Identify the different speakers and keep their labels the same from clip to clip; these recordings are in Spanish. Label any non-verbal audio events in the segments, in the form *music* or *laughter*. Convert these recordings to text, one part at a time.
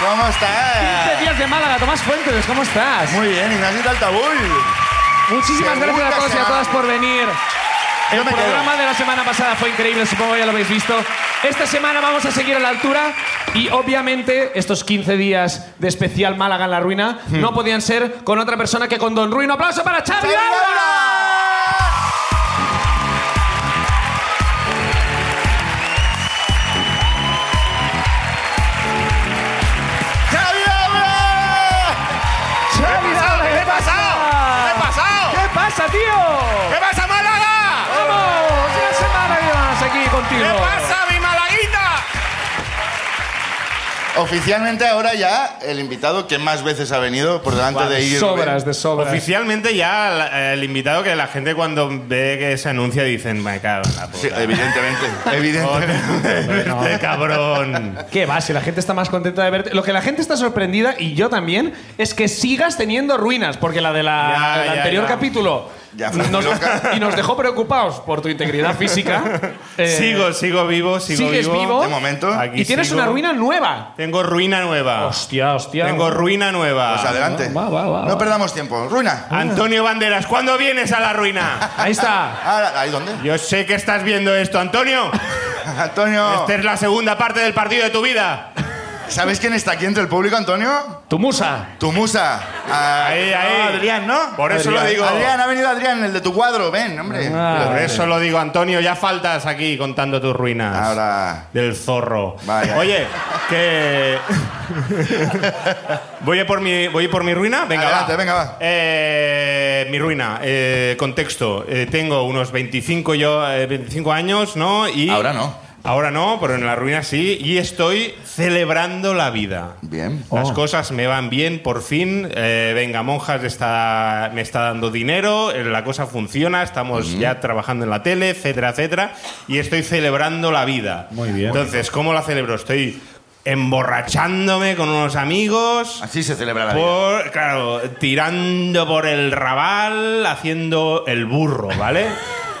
Speaker 1: ¿Cómo estás?
Speaker 2: 15 días de Málaga, Tomás Fuentes, ¿cómo estás?
Speaker 1: Muy bien, Ignacio Taltabull.
Speaker 2: Muchísimas
Speaker 1: Segunda
Speaker 2: gracias a todos y a
Speaker 1: semana.
Speaker 2: todas por venir. El
Speaker 1: me quedo.
Speaker 2: programa de la semana pasada fue increíble, supongo que ya lo habéis visto. Esta semana vamos a seguir a la altura y obviamente estos 15 días de especial Málaga en la ruina
Speaker 1: Hmm.
Speaker 2: no podían ser con otra persona que con Don Ruin. ¡Un aplauso para Xavi Laura!
Speaker 1: ¡Xavi Laura!
Speaker 2: ¡Xavi Laura,
Speaker 1: ¿Qué pasa? ¿Qué ha pasado?
Speaker 2: ¿Qué pasa, tío?
Speaker 1: ¿Qué pasa, Málaga?
Speaker 2: ¡Vamos! ¡Una semana que más aquí contigo!
Speaker 3: ¿Qué pasa, mi malaguita?
Speaker 1: Oficialmente ahora ya el invitado que más veces ha venido por delante
Speaker 2: Buah,
Speaker 1: de
Speaker 2: de
Speaker 1: ir.
Speaker 2: sobras, de sobras.
Speaker 3: Oficialmente ya la- el invitado que la gente cuando ve que se anuncia dicen, me cago en la puta.
Speaker 1: Sí,
Speaker 3: *laughs*
Speaker 1: evidentemente, evidentemente.
Speaker 3: Este cabrón.
Speaker 2: Mm, ¿Qué va? Si la gente está más contenta de verte. Lo que la gente está sorprendida, y yo también, es que sigas teniendo ruinas, porque la de la,
Speaker 3: Ya,
Speaker 2: el
Speaker 3: ya,
Speaker 2: anterior
Speaker 3: ya.
Speaker 2: capítulo.
Speaker 1: Ya,
Speaker 2: nos-
Speaker 1: loca.
Speaker 2: *laughs* y nos dejó preocupados por tu integridad
Speaker 3: *laughs*
Speaker 2: física. Eh,
Speaker 3: sigo, sigo vivo, sigo
Speaker 2: ¿sigues vivo?
Speaker 1: De momento.
Speaker 3: Aquí
Speaker 2: Y tienes
Speaker 3: sigo.
Speaker 2: una ruina nueva.
Speaker 3: Tengo ruina nueva.
Speaker 2: Hostia, hostia.
Speaker 3: Tengo ruina nueva.
Speaker 1: Pues adelante.
Speaker 2: Va, va, va, va.
Speaker 1: No perdamos tiempo. Ruina.
Speaker 3: Antonio Banderas, ¿cuándo vienes a la ruina?
Speaker 2: Ahí está.
Speaker 1: Ahora, Ah, ¿ahí dónde?
Speaker 3: Yo sé que estás viendo esto, Antonio.
Speaker 1: *laughs* Antonio.
Speaker 3: Esta es la segunda parte del partido de tu vida.
Speaker 1: ¿Sabes quién está aquí entre el público, Antonio?
Speaker 2: Tu musa.
Speaker 1: Tu musa. Ah,
Speaker 3: Ahí,
Speaker 1: no,
Speaker 3: ahí.
Speaker 1: Adrián, ¿no?
Speaker 3: Por eso lo digo.
Speaker 1: Adrián, ha venido Adrián, el de tu cuadro. Ven, hombre.
Speaker 2: Ah.
Speaker 3: Por eh, eso lo digo, Antonio, ya faltas aquí contando tus ruinas.
Speaker 1: Ahora.
Speaker 3: Del zorro.
Speaker 1: Vaya.
Speaker 3: Oye, que. *laughs* voy, a por mi, voy a por mi ruina. Venga,
Speaker 1: Adelante,
Speaker 3: va.
Speaker 1: venga, va.
Speaker 3: Eh, mi ruina. eh, contexto. Eh, tengo unos 25, yo, eh, 25 años, ¿no? Y
Speaker 1: Ahora no.
Speaker 3: Ahora no, pero en la ruina sí. Y estoy celebrando la vida.
Speaker 1: Bien.
Speaker 3: Las cosas me van bien, por fin. Eh, venga, monjas está, me está dando dinero, eh, la cosa funciona, estamos ya trabajando en la tele, etcétera, etcétera. Y estoy celebrando la vida. Muy bien. Entonces, ¿cómo la celebro? Estoy emborrachándome con unos amigos.
Speaker 1: Así se celebra la vida.
Speaker 3: Por, claro, tirando por el rabal, haciendo el burro,
Speaker 1: *laughs*
Speaker 3: ¿vale?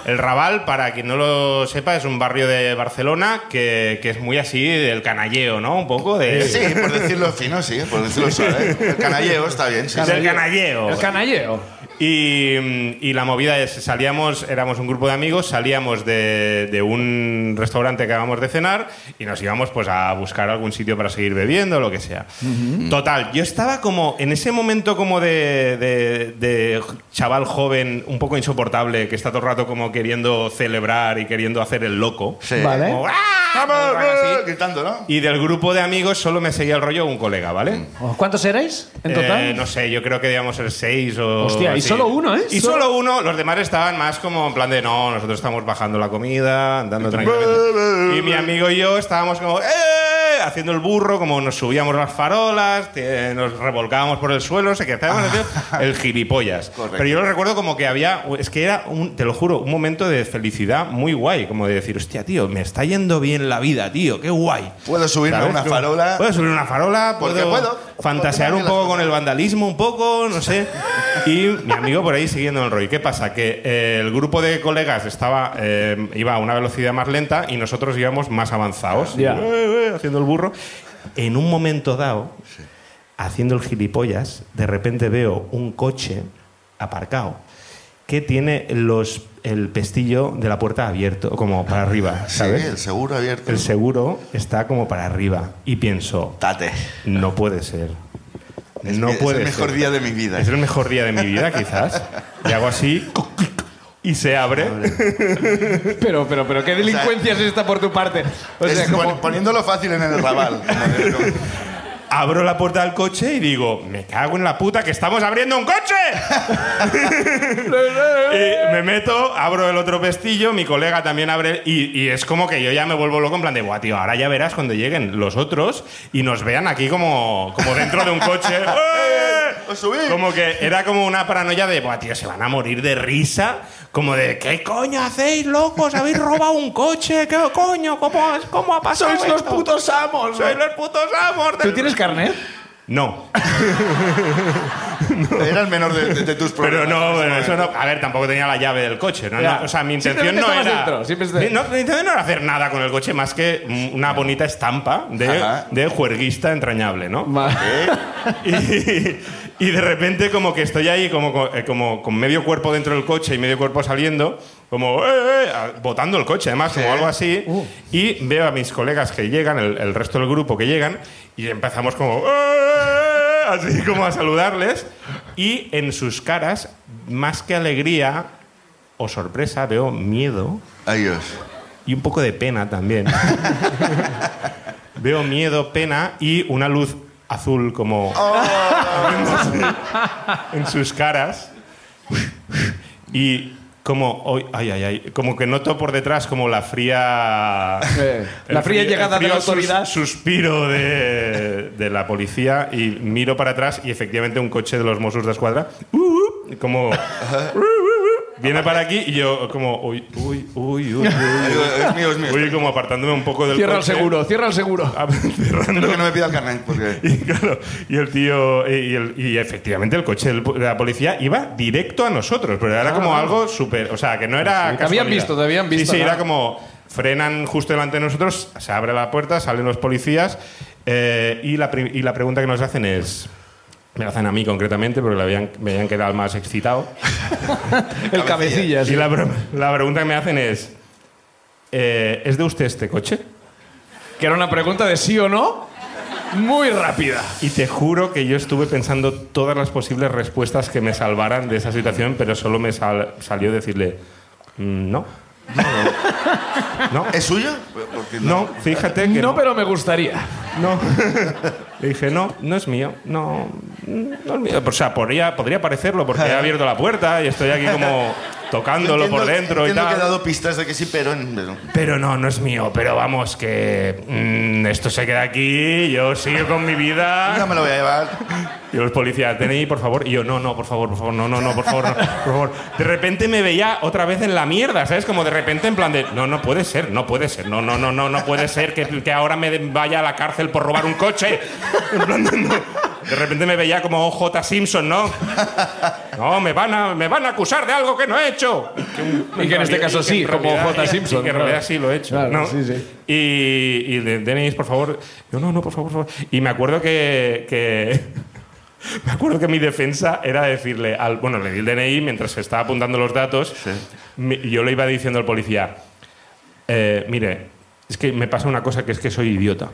Speaker 3: El Raval, para quien no lo sepa, es un barrio de Barcelona que, que es muy así del canalleo, ¿no? Un poco de...
Speaker 1: Sí,
Speaker 3: *laughs*
Speaker 1: por decirlo fino, sí, por decirlo suave. El canalleo está bien, sí.
Speaker 3: Del canalleo.
Speaker 2: El canalleo.
Speaker 3: Y, mm, y la movida es, salíamos, éramos un grupo de amigos, salíamos de, de un restaurante que acabamos de cenar y nos íbamos pues a buscar algún sitio para seguir bebiendo, lo que sea.
Speaker 4: Mm.
Speaker 3: Total, yo estaba como en ese momento como de, de- de chaval joven, un poco insoportable, que está todo el rato como queriendo celebrar y queriendo hacer el loco.
Speaker 1: Sí.
Speaker 2: Vale.
Speaker 3: Como, "¡Ah!",
Speaker 1: ¡Vamos!
Speaker 3: así.
Speaker 1: Gritando, ¿no?
Speaker 3: Y del grupo de amigos solo me seguía el rollo un colega, ¿vale?
Speaker 2: Mm. Oh, ¿Cuántos erais en
Speaker 3: Eh,
Speaker 2: total?
Speaker 3: no sé, yo creo que debíamos ser seis o.
Speaker 2: Hostia, y
Speaker 3: así.
Speaker 2: solo uno, ¿eh?
Speaker 3: Y
Speaker 2: Solo-
Speaker 3: solo uno, los demás estaban más como en plan de no, nosotros estamos bajando la comida, andando tranquilamente. Y mi amigo y yo estábamos como, ¡eh! Haciendo el burro, como nos subíamos las farolas, te- nos revolcábamos por el suelo, no sé qué, estábamos haciendo el gilipollas.
Speaker 1: *laughs* Correcto.
Speaker 3: Pero yo lo recuerdo como que había, es que era, un, te lo juro, un momento de felicidad muy guay, como de decir, hostia, tío, me está yendo bien la vida, tío, qué guay.
Speaker 1: Puedo subirme a
Speaker 3: ¿Sabes?
Speaker 1: una
Speaker 3: Como,
Speaker 1: farola.
Speaker 3: Puedo subir una farola,
Speaker 1: Porque
Speaker 3: puedo,
Speaker 1: puedo.
Speaker 3: fantasear
Speaker 1: Porque me
Speaker 3: un poco
Speaker 1: las-
Speaker 3: con el vandalismo, un poco, no sé. Y mi amigo por ahí siguiendo el rollo. ¿Qué pasa? Que eh, el grupo de colegas estaba eh, iba a una velocidad más lenta y nosotros íbamos más avanzados,
Speaker 2: Ya.
Speaker 3: Eh, eh, haciendo el burro. En un momento dado, haciendo el gilipollas, de repente veo un coche aparcado que tiene los el pestillo de la puerta abierto, como para arriba,
Speaker 1: Sí,
Speaker 3: ¿sabes?
Speaker 1: el seguro abierto.
Speaker 3: El seguro está como para arriba. Y pienso,
Speaker 1: Tate.
Speaker 3: no puede ser.
Speaker 1: Es
Speaker 3: no
Speaker 1: mi- es
Speaker 3: puede
Speaker 1: el mejor
Speaker 3: ser.
Speaker 1: día de mi
Speaker 3: *laughs*
Speaker 1: vida.
Speaker 3: Es el mejor día de mi vida, quizás. Y hago
Speaker 1: *laughs*
Speaker 3: así y se abre.
Speaker 2: Pero, pero, pero, ¿qué delincuencia es esta por tu parte? O sea,
Speaker 1: Es
Speaker 2: como-
Speaker 1: pon- Poniéndolo fácil en el rabal.
Speaker 2: *laughs*
Speaker 1: como de- como-
Speaker 3: Abro la puerta del coche y digo, me cago en la puta que estamos abriendo un
Speaker 2: *laughs*
Speaker 3: coche. y me meto, abro el otro pestillo, mi colega también abre y, y es como que yo ya me vuelvo loco en plan de, buah, tío, ahora ya verás cuando lleguen los otros y nos vean aquí como, como dentro de un
Speaker 1: *laughs*
Speaker 3: coche. ¡Eh!
Speaker 1: ¡Os subí!
Speaker 3: Como que era como una paranoia de, buah, tío, se van a morir de risa. Como de, ¿qué coño hacéis, locos? ¿Habéis robado un coche? ¿Qué coño? ¿Cómo, cómo ha pasado
Speaker 2: Sois los
Speaker 3: esto?
Speaker 2: putos amos.
Speaker 3: Sois los putos amos. del-
Speaker 2: ¿Tú tienes carnet?
Speaker 3: No.
Speaker 1: *laughs* Era el menor de, de- de tus problemas.
Speaker 3: Pero no, bueno, eso no. A ver, tampoco tenía la llave del coche. ¿no?
Speaker 2: Ya.
Speaker 3: No, o sea, mi intención
Speaker 2: Simplemente
Speaker 3: no
Speaker 2: estabas
Speaker 3: era.
Speaker 2: dentro, siempre estás-
Speaker 3: Mi- no, mi intención no era hacer nada con el coche más que mm, una bonita estampa de,
Speaker 1: Ajá.
Speaker 3: de juerguista entrañable, ¿no?
Speaker 2: Ma-
Speaker 3: *laughs* y, y de repente como que estoy ahí como, co- eh, como con medio cuerpo dentro del coche y medio cuerpo saliendo, como "Eh, eh", a- botando el coche además, como algo así, y veo a mis colegas que llegan, el, el resto del grupo que llegan, y empezamos como "Eh, eh", así como a saludarles, y en sus caras, más que alegría o sorpresa, veo miedo
Speaker 1: Ay, Dios.
Speaker 3: y un poco de pena
Speaker 1: *laughs*
Speaker 3: también. Veo miedo, pena y una luz azul como en sus caras. Y como hoy, ay, ay, ay, como que noto por detrás como la fría
Speaker 2: Eh, la
Speaker 3: el
Speaker 2: fría
Speaker 3: frío-
Speaker 2: llegada
Speaker 3: el
Speaker 2: de
Speaker 3: frío
Speaker 2: la
Speaker 3: sus-
Speaker 2: autoridad.
Speaker 3: suspiro de, de la policía y miro para atrás y efectivamente un coche de los Mossos de Escuadra uh, uh, como uh, uh, uh, viene para aquí y yo como uy uy uy uy, uy.
Speaker 1: Ay, Dios, *laughs* Es mío, es mío.
Speaker 3: Voy como apartándome un poco del
Speaker 2: Cierra el
Speaker 3: coche.
Speaker 2: seguro, cierra
Speaker 3: *laughs*
Speaker 2: el seguro.
Speaker 3: Ah, cerrando.
Speaker 1: Espero que no me pida el carnet, porque...
Speaker 3: *laughs* Y claro, y el tío, eh, y, y el- y efectivamente el coche del po- de la policía iba directo a nosotros, pero era como algo súper, o sea, que no era...
Speaker 2: Ah. Sí, te habían
Speaker 3: casualidad.
Speaker 2: visto, te habían visto,
Speaker 3: Sí, sí,
Speaker 2: ¿no?
Speaker 3: era como frenan justo delante de nosotros, se abre la puerta, salen los policías eh, y, la pri- y la pregunta que nos hacen es... Me la hacen a mí concretamente porque la habían- me habían quedado más excitado.
Speaker 2: *laughs* El cabecilla.
Speaker 1: cabecilla,
Speaker 3: Y
Speaker 2: sí.
Speaker 3: la, pro- la pregunta que me hacen es... eh, ¿Es de usted este coche?
Speaker 2: Que era una pregunta de sí o no, muy rápida.
Speaker 3: Y te juro que yo estuve pensando todas las posibles respuestas que me salvaran de esa situación, pero solo me sal- salió decirle, "Mm, no. No,
Speaker 1: ¿Es suyo? Porque
Speaker 3: no, fíjate que...
Speaker 2: No,
Speaker 3: No,
Speaker 2: pero me gustaría.
Speaker 3: no. Le dije, no, no es mío, no, no es mío. O sea, podría, podría parecerlo
Speaker 1: *laughs*
Speaker 3: porque he abierto la puerta y estoy aquí como tocándolo por dentro y
Speaker 1: entiendo que he
Speaker 3: tal.
Speaker 1: dado pistas de que sí, pero... pero-
Speaker 3: Pero no, no es mío, pero vamos, que mm, esto se queda aquí, yo sigo con mi vida.
Speaker 1: No me lo voy a llevar.
Speaker 3: Y los policías, DNI, por favor. Y yo, no, no, por favor, por favor, no, no, no, por favor, no, por favor. De repente me veía otra vez en la mierda, ¿sabes? Como de repente en plan de, no, no puede ser, no puede ser, no, no, no, no, no puede ser que, que ahora me vaya a la cárcel por robar un coche. En plan de, no. De repente me veía como OJ Simpson, ¿no? No, me van a, me van a acusar de algo que no he hecho.
Speaker 2: Y que en este caso sí, como J. Simpson.
Speaker 3: y que en realidad sí lo he hecho.
Speaker 2: Claro,
Speaker 3: ¿no?
Speaker 2: sí, sí.
Speaker 3: Y, y de, Denis, por favor. Yo, no, no, por favor, por favor. Y me acuerdo que. que- *laughs* me acuerdo que mi defensa era decirle al. Bueno, le di el DNI mientras se estaba apuntando los datos. mi- y yo le iba diciendo al policía: eh, Mire, es que me pasa una cosa que es que soy idiota.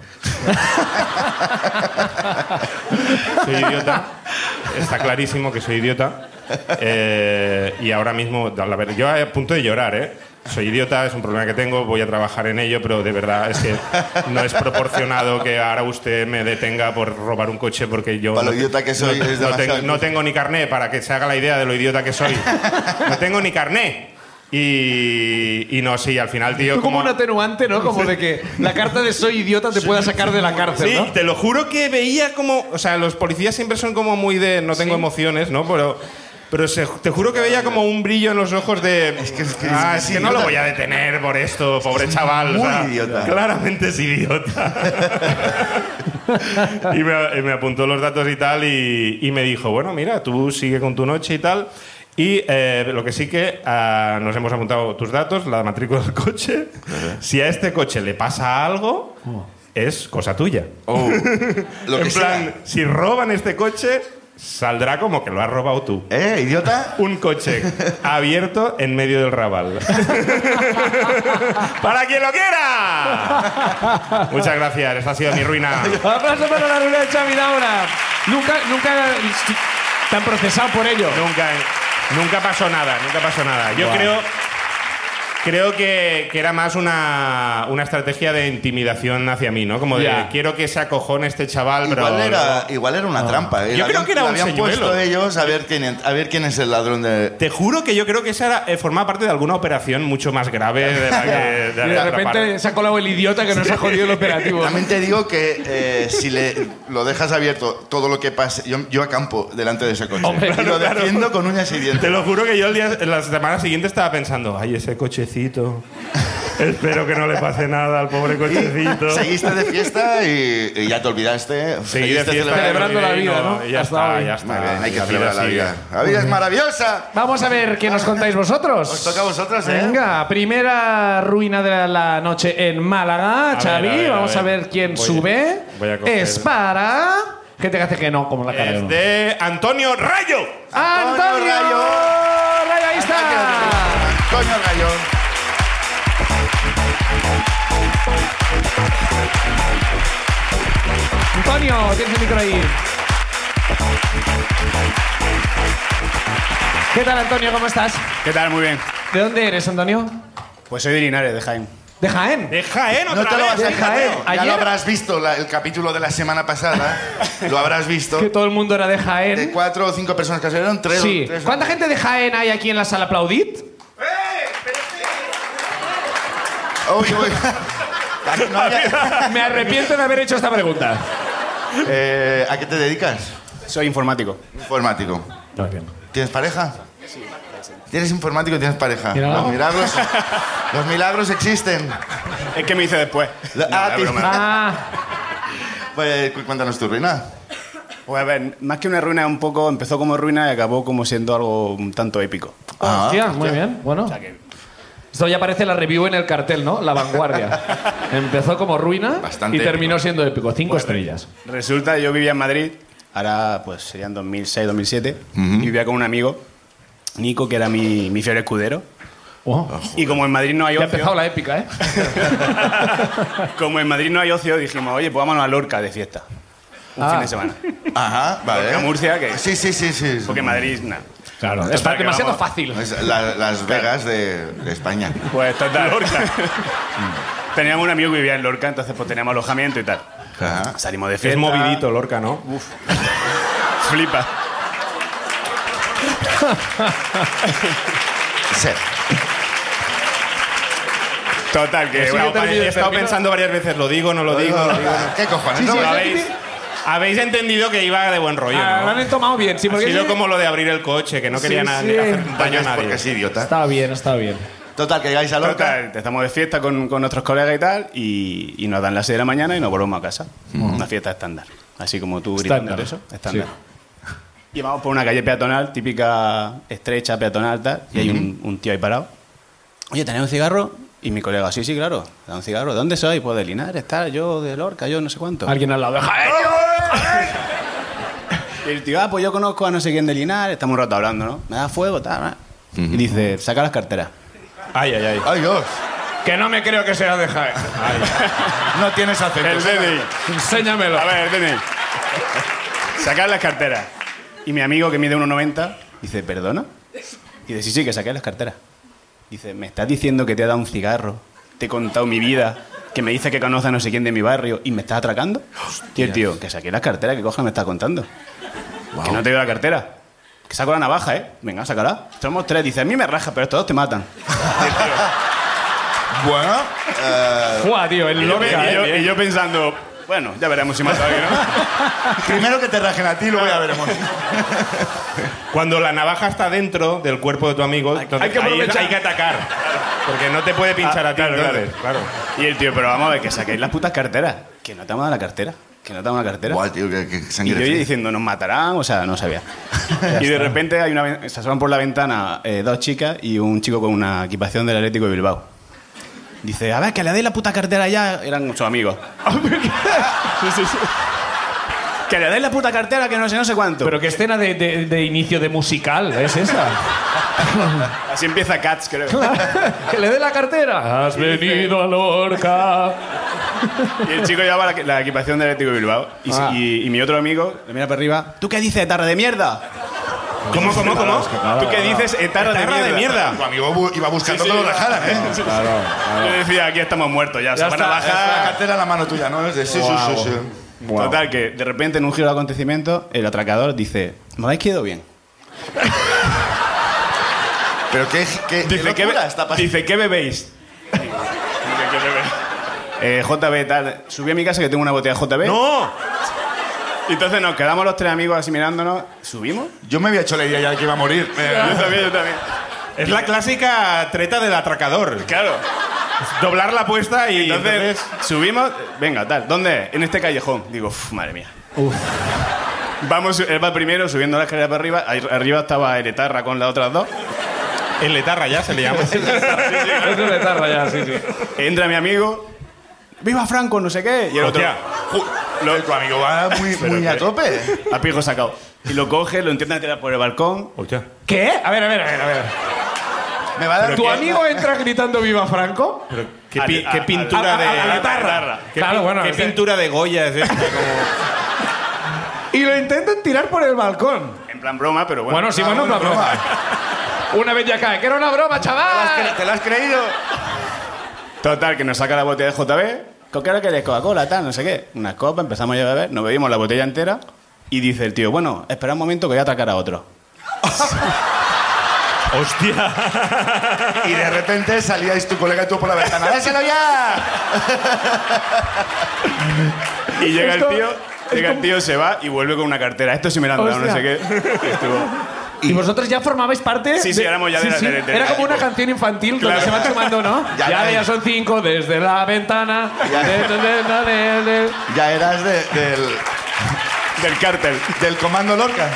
Speaker 3: soy idiota. Está clarísimo que soy idiota. Eh, y ahora mismo, a ver, yo a punto de llorar, ¿eh? Soy idiota, es un problema que tengo, voy a trabajar en ello, pero de verdad es que no es proporcionado que ahora usted me detenga por robar un coche porque yo...
Speaker 1: Para lo
Speaker 3: no-
Speaker 1: idiota que soy,
Speaker 3: no-
Speaker 1: es
Speaker 3: no
Speaker 1: demasiado
Speaker 3: tengo- no
Speaker 1: injusto.
Speaker 3: tengo ni carné para que se haga la idea de lo idiota que soy. No tengo ni carné. Y, y no, sí, al final, tío...
Speaker 2: Tú como
Speaker 3: como-
Speaker 2: un atenuante, ¿no? Como de que la carta de soy *laughs* idiota te pueda sacar de la cárcel,
Speaker 3: Sí,
Speaker 2: ¿no?
Speaker 3: te lo juro que veía como. O sea, los policías siempre son como muy de. No tengo emociones, ¿no? Pero. Pero se- te juro que veía como un brillo en los ojos de.
Speaker 1: Es que- es que-
Speaker 3: ah,
Speaker 1: es
Speaker 3: es
Speaker 1: que
Speaker 3: que no lo
Speaker 1: idiota".
Speaker 3: voy a detener por esto, pobre chaval. o
Speaker 1: muy
Speaker 3: sea,
Speaker 1: idiota.
Speaker 3: Claramente es
Speaker 1: *laughs*
Speaker 3: idiota. y, me, y me apuntó los datos y tal. Y, y me dijo, bueno, mira, tú sigue con tu noche y tal. Y eh, lo que sí que ah, nos hemos apuntado tus datos, la matrícula del coche. Si a este coche le pasa algo, es cosa tuya *laughs*
Speaker 1: Oh, lo que
Speaker 3: en plan, si roban este coche, saldrá como que lo has robado tú.
Speaker 1: sea. ¿Eh, idiota?
Speaker 3: Un coche abierto en medio del
Speaker 1: *laughs*
Speaker 3: rabal. ¡Para quien lo quiera! *laughs* Muchas gracias, esta ha sido mi ruina.
Speaker 2: *laughs* Aplauso para la reunión de Xavi Daura. Nunca, nunca te han procesado por ello.
Speaker 3: Nunca, eh. nunca pasó nada, nunca pasó nada. Yo
Speaker 2: Guau.
Speaker 3: creo, creo que, que era más una, una estrategia de intimidación hacia mí, ¿no? Como de,
Speaker 2: Ya.
Speaker 3: quiero que se acojone este chaval, pero... Ah.
Speaker 1: Igual era, igual era una trampa. ¿eh?
Speaker 3: Yo
Speaker 1: Le
Speaker 3: creo
Speaker 1: habían-
Speaker 3: que era
Speaker 1: le
Speaker 3: un
Speaker 1: habían
Speaker 3: señuelo.
Speaker 1: puesto ellos a ver quién, a ver quién es el ladrón de...
Speaker 3: Te juro que yo creo que esa era, eh, formaba parte de alguna operación mucho más grave de
Speaker 2: *laughs*
Speaker 3: la que.
Speaker 2: Y de
Speaker 3: la que
Speaker 2: repente se ha colado el idiota que nos ha jodido el operativo.
Speaker 1: También te digo que eh, si le, lo dejas abierto, todo lo que pase, yo, yo acampo delante de ese coche.
Speaker 2: Hombre,
Speaker 1: *laughs* y lo
Speaker 3: claro, claro.
Speaker 1: defiendo con uñas y
Speaker 3: Te
Speaker 1: dientes.
Speaker 3: lo juro que yo el día, en la semana siguiente estaba pensando, ay, ese cochecito. Espero que no le pase nada al pobre cochecito.
Speaker 1: *laughs* Seguiste de fiesta y, y ya te olvidaste.
Speaker 3: Seguí de
Speaker 1: Seguiste
Speaker 3: fiesta
Speaker 2: Celebrando la vida, ¿no?
Speaker 3: y Ya está,
Speaker 2: Hasta hoy.
Speaker 3: ya
Speaker 1: Muy
Speaker 3: está.
Speaker 1: bien, hay que celebrar la
Speaker 3: sigue.
Speaker 1: vida. La vida es maravillosa.
Speaker 2: Vamos a ver qué nos contáis vosotros.
Speaker 1: Os toca a vosotros, ¿eh?
Speaker 2: Venga, primera ruina de la noche en Málaga,
Speaker 3: ver,
Speaker 2: Xavi.
Speaker 3: a ver, a
Speaker 2: Vamos a
Speaker 3: ver.
Speaker 2: ver quién
Speaker 3: Voy-
Speaker 2: sube.
Speaker 3: voy a coger-
Speaker 2: Es para. Gente que hace que no, como la cara. de
Speaker 3: Es
Speaker 2: uno.
Speaker 3: de Antonio Rayo.
Speaker 2: ¡Antonio!
Speaker 1: Antonio Rayo.
Speaker 2: Rayo, ahí está!
Speaker 1: Coño el gallón.
Speaker 2: Antonio, tienes el micro ahí. ¿Qué tal, Antonio? ¿Cómo estás?
Speaker 4: ¿Qué tal? Muy bien.
Speaker 2: ¿De dónde eres, Antonio?
Speaker 4: Pues soy de Linares, de Jaén.
Speaker 2: ¿De Jaén?
Speaker 3: De Jaén, otra
Speaker 1: No te lo vas
Speaker 3: vez.
Speaker 1: a
Speaker 2: deja,
Speaker 1: dejar,
Speaker 2: ¿eh?
Speaker 1: Leo. Ya
Speaker 2: Ayer-
Speaker 1: lo habrás visto, la- el capítulo de la semana pasada. lo habrás visto.
Speaker 2: Que todo el mundo era de Jaén.
Speaker 1: De cuatro o cinco personas que salieron, tres.
Speaker 2: Sí.
Speaker 1: tres-
Speaker 2: ¿Cuánta gente de Jaén hay aquí en la sala aplaudid?
Speaker 1: Uy, uy. Aquí no había-
Speaker 2: *laughs* Me arrepiento de haber hecho esta pregunta.
Speaker 1: Eh, ¿A qué te dedicas?
Speaker 4: Soy informático.
Speaker 1: Informático. ¿Tienes pareja? Sí. ¿Tienes informático y tienes pareja?
Speaker 2: Míralo.
Speaker 1: Los
Speaker 2: *laughs*
Speaker 1: milagros, los milagros existen.
Speaker 4: Es que me hice después.
Speaker 1: La-
Speaker 4: No,
Speaker 1: ah,
Speaker 4: es
Speaker 1: te-
Speaker 4: broma.
Speaker 2: Ah,
Speaker 1: Pues cu- cuéntanos tu ruina.
Speaker 4: Pues a ver, más que una ruina, un poco empezó como ruina y acabó como siendo algo un tanto épico.
Speaker 1: Ah,
Speaker 2: hostia, muy bien. Bueno. Esto ya parece la review en el cartel, ¿no? La vanguardia. Empezó como ruina
Speaker 1: Bastante
Speaker 2: y terminó
Speaker 1: épico.
Speaker 2: siendo épico. Cinco estrellas.
Speaker 4: Resulta que yo vivía en Madrid, ahora pues serían 2006, 2007, y vivía con un amigo, Nico, que era mi, mi fiel escudero.
Speaker 1: Ah,
Speaker 2: Oh.
Speaker 4: Y como en Madrid no hay
Speaker 2: Ya ha empezado
Speaker 4: ocio,
Speaker 2: la épica, ¿eh?
Speaker 4: *laughs* como en Madrid no hay ocio, dijimos, oye, pues vámonos a Lorca de fiesta. Un
Speaker 2: Ah.
Speaker 4: fin de semana.
Speaker 1: Ajá, vale.
Speaker 4: Porque a Murcia, ¿qué?
Speaker 1: Sí, sí, sí, sí.
Speaker 4: Porque en Madrid, nada.
Speaker 2: Claro, es
Speaker 4: para que
Speaker 2: demasiado
Speaker 4: vamos-
Speaker 2: fácil.
Speaker 1: Es la- las Vegas de, de España.
Speaker 4: Pues total. Lorca. *laughs* teníamos un amigo que vivía en Lorca, entonces pues teníamos alojamiento y tal.
Speaker 1: Ajá.
Speaker 4: Salimos de
Speaker 3: Es
Speaker 4: fiesta.
Speaker 3: movidito, Lorca, ¿no?
Speaker 4: Flipa.
Speaker 1: Sí.
Speaker 4: Total, que
Speaker 2: sí,
Speaker 4: bueno,
Speaker 2: yo también
Speaker 4: he
Speaker 2: he
Speaker 4: estado
Speaker 2: termino-
Speaker 4: pensando varias veces, lo digo, no lo digo. no lo digo.
Speaker 1: ¿Qué cojones? No,
Speaker 2: sí,
Speaker 1: no,
Speaker 2: sí.
Speaker 3: ¿Habéis, habéis entendido que iba de buen rollo,
Speaker 2: Ah, lo
Speaker 3: ¿no?
Speaker 2: han tomado bien, sí,
Speaker 3: Ha
Speaker 2: porque.
Speaker 3: sido
Speaker 2: sí.
Speaker 3: como lo de abrir el coche, que no
Speaker 2: Sí,
Speaker 3: quería na-
Speaker 2: sí.
Speaker 3: hacer daño a
Speaker 1: coño, es
Speaker 3: nadie.
Speaker 1: Porque es idiota.
Speaker 2: Está bien, está bien.
Speaker 1: Total, que llegáis a Lorca.
Speaker 4: Total, estamos de fiesta con, con nuestros colegas y tal, y, y nos dan las 6 de la mañana y nos volvemos a casa. Una fiesta estándar. Así como tú gritando
Speaker 2: Estándar.
Speaker 4: eso, estándar. Y vamos por una calle peatonal, típica estrecha, peatonal, tal, y hay un, un tío ahí parado. Oye, ¿tenés un cigarro? Y mi colega, sí, sí, claro, da un cigarro. ¿De dónde sois? Pues de Linares, tal, yo de Lorca, yo no sé cuánto.
Speaker 2: Alguien al lado de Jaén.
Speaker 4: Y el tío, ah, pues yo conozco a no sé quién de Linares, estamos un rato hablando, ¿no? Me da fuego, tal, tal. Y dice, saca las carteras.
Speaker 3: Ay, ay, ay.
Speaker 1: Ay, Dios.
Speaker 3: Que no me creo que sea de Jaén.
Speaker 1: No tienes acento.
Speaker 4: El DNI.
Speaker 2: Enséñamelo.
Speaker 4: A ver, el DNI. Sacar las carteras. Y mi amigo que mide 1,90 dice, ¿perdona? Y dice, sí, sí, que saqué las carteras. Dice, me estás diciendo que te ha dado un cigarro, te he contado mi vida, que me dices que conoces a no sé quién de mi barrio y me estás atracando. Y el tío, que saqué las carteras, que coja me estás contando. Que no te dio la cartera. Que saco la navaja, ¿eh? Venga, sácala. Somos tres. Dice, a mí me raja, pero estos dos te matan. *laughs*
Speaker 1: Bueno, eh,
Speaker 2: Buah, tío, el Lorca,
Speaker 4: y, yo,
Speaker 2: ¿eh?
Speaker 4: y yo pensando, bueno, ya veremos si mato a alguien, ¿no?
Speaker 1: *laughs* primero que te rajen a ti, luego ya veremos.
Speaker 3: Cuando la navaja está dentro del cuerpo de tu amigo, entonces
Speaker 4: hay que
Speaker 3: ahí es-
Speaker 4: aprovechar.
Speaker 3: hay que atacar. Porque no te puede pinchar
Speaker 4: Ah,
Speaker 3: a ti.
Speaker 4: claro,
Speaker 3: entonces, claro.
Speaker 4: Y el tío, pero vamos a ver, que saquéis las putas carteras. Que no te han dado la cartera. Que no te han dado la cartera.
Speaker 1: Guau, tío, qué, qué
Speaker 4: y yo
Speaker 1: sangre.
Speaker 4: iba
Speaker 1: fría.
Speaker 4: diciendo, nos matarán, o sea, no
Speaker 1: *laughs*
Speaker 4: sabía. y de repente hay una, ven- se asoman por la ventana eh, dos chicas y un chico con una equipación del Atlético de Bilbao. Dice, a ver, que le deis la puta cartera ya. Eran sus *laughs* amigos. Ah, Sí, sí, sí. Que le deis la puta cartera, que no sé, no sé cuánto.
Speaker 2: Pero qué escena de, de- de inicio de musical es esa.
Speaker 4: Así empieza Cats, *laughs* creo.
Speaker 2: que le dé la cartera. Has venido a Lorca.
Speaker 4: *laughs* Y el chico llevaba la, la equipación del Atlético de Bilbao. Y, si-
Speaker 2: Ah.
Speaker 4: y- y mi otro amigo le mira para arriba. ¿Tú qué dices, tarra de mierda?
Speaker 3: ¿Cómo, cómo, cómo?
Speaker 4: ¿Tú qué dices,
Speaker 1: eh,
Speaker 4: etarra,
Speaker 3: Etarra
Speaker 4: de mierda?
Speaker 3: de mierda.
Speaker 1: Tu amigo bu- iba buscando
Speaker 4: Sí,
Speaker 1: que
Speaker 4: sí.
Speaker 1: lo rajaran, ¿eh? *laughs*
Speaker 4: Yo decía, aquí estamos muertos ya, se van a
Speaker 1: Esta- esta
Speaker 4: bajar.
Speaker 1: cartera en la mano tuya, ¿no? Es de- Sí, sí, sí, sí.
Speaker 4: Total, que de repente en un giro de acontecimiento, el atracador dice, ¿me habéis quedado bien?
Speaker 1: *laughs* Pero qué, qué, qué
Speaker 4: "¿Qué be-
Speaker 1: locura está pasando.
Speaker 4: dice, ¿qué bebéis? Dice, "¿Qué bebéis?". Eh, JB, tal. Subí a mi casa que tengo una botella de JB.
Speaker 3: ¡No!
Speaker 4: Y entonces nos quedamos los tres amigos así mirándonos. ¿Subimos?
Speaker 1: Yo me había hecho la idea ya de que iba
Speaker 4: *laughs*
Speaker 1: a morir. Eh,
Speaker 4: Yo también, yo también.
Speaker 3: Es la clásica treta del atracador.
Speaker 4: Claro.
Speaker 3: doblar la apuesta y
Speaker 4: Entonces,
Speaker 3: entonces...
Speaker 4: subimos, venga, tal, ¿dónde? es? En este callejón. Digo, "Uf, madre mía. Vamos, él va primero subiendo la escalera para arriba. Ahí arriba estaba Eretarra con las otras dos.
Speaker 3: El letarra ya se
Speaker 4: *laughs*
Speaker 3: le llama.
Speaker 2: Es una letarra ya, sí, sí.
Speaker 4: Entra mi amigo, ¡Viva Franco, no sé qué! Y el otro,
Speaker 3: Hostia, ju- lo- tu amigo va
Speaker 1: Ah,
Speaker 4: *laughs*
Speaker 1: muy, muy a tope.
Speaker 4: a pijo sacado. Y lo coge, lo intenta tirar por el balcón.
Speaker 3: Hostia.
Speaker 2: ¿Qué? A ver, a ver, a ver, a ver.
Speaker 1: Me va a dar
Speaker 2: ¿Tu amigo entra gritando viva Franco?
Speaker 3: Pero qué,
Speaker 4: Al-
Speaker 3: pi-
Speaker 4: a-
Speaker 3: qué
Speaker 4: al-
Speaker 3: pintura
Speaker 2: a-
Speaker 3: de.
Speaker 2: a- a la tarra.
Speaker 3: ¿Qué,
Speaker 2: Claro,
Speaker 3: pin-
Speaker 2: bueno,
Speaker 3: qué
Speaker 2: o sea-
Speaker 3: pintura de Goya es esta? Como...
Speaker 2: Y lo intentan tirar por el balcón.
Speaker 4: En plan broma, pero bueno.
Speaker 2: Bueno, sí, bueno, una broma. Una vez ya cae. ¡Que era una broma, chaval!
Speaker 4: ¿Te lo has creído? Total, que nos saca la botella de JB. ¿Con qué hora queréis Coca-Cola, tal, no sé qué? Una copa, empezamos ya a beber, nos bebimos la botella entera. Y dice el tío, bueno, espera un momento que voy a atacar a *laughs* otro.
Speaker 3: Hostia.
Speaker 1: *laughs* Y de repente salíais tu colega y tú por
Speaker 4: *laughs*
Speaker 1: la ventana. ¡Dáselo ya!
Speaker 4: Y llega
Speaker 2: Esto-
Speaker 4: el tío, llega el tío, se va y vuelve con una cartera. Esto sí me lo han dado, no
Speaker 2: Hostia.
Speaker 4: sé qué. Y estuvo-
Speaker 2: Y vosotros ya formabais parte.
Speaker 4: Sí, sí,
Speaker 2: de-
Speaker 4: éramos ya de la- de- de-
Speaker 2: Era
Speaker 4: de-
Speaker 2: como una canción infantil donde
Speaker 4: Claro.
Speaker 2: se van sumando, ¿no?
Speaker 1: *laughs* Ya
Speaker 2: Ya, ya,
Speaker 1: era-
Speaker 2: son cinco desde la ventana.
Speaker 1: Ya.
Speaker 2: De- de- de- de- de-
Speaker 1: Ya eras de- del,
Speaker 4: del cártel.
Speaker 1: del comando Lorca.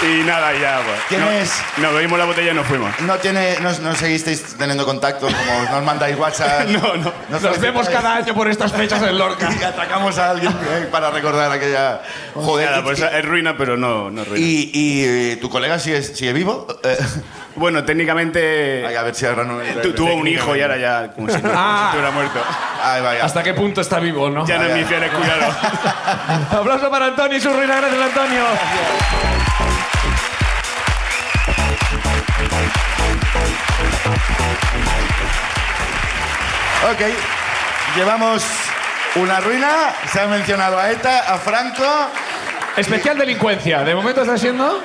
Speaker 4: Y nada, ya, pues.
Speaker 1: ¿Quién
Speaker 4: No-
Speaker 1: es?
Speaker 4: Nos bebimos la botella y nos fuimos.
Speaker 1: No, tiene, no, no seguisteis teniendo contacto, como nos mandáis
Speaker 4: *laughs*
Speaker 1: WhatsApp.
Speaker 4: No, no.
Speaker 2: Nos vemos cada año por estas fechas en Lorca.
Speaker 1: Y atacamos a alguien eh, para recordar aquella. Joder.
Speaker 4: Nada,
Speaker 1: y-
Speaker 4: pues es ruina, pero no, no es ruina.
Speaker 1: y, y, eh, tu colega sigue, sigue vivo? Eh,
Speaker 4: *laughs* bueno, técnicamente
Speaker 1: hay que ver si ahora no.
Speaker 4: tu- tuvo un hijo y ahora ya como
Speaker 1: *laughs*
Speaker 4: si no, como si
Speaker 2: Ah.
Speaker 4: estuviera muerto.
Speaker 1: Ay, vaya.
Speaker 2: ¿Hasta qué punto está vivo, no?
Speaker 4: Ya no es mi fiel escudero.
Speaker 2: *laughs* Aplauso para Antonio y su ruina. Gracias, Antonio.
Speaker 1: Ok, llevamos una ruina, se ha mencionado a ETA, a Franco.
Speaker 2: Especial delincuencia. De momento está siendo.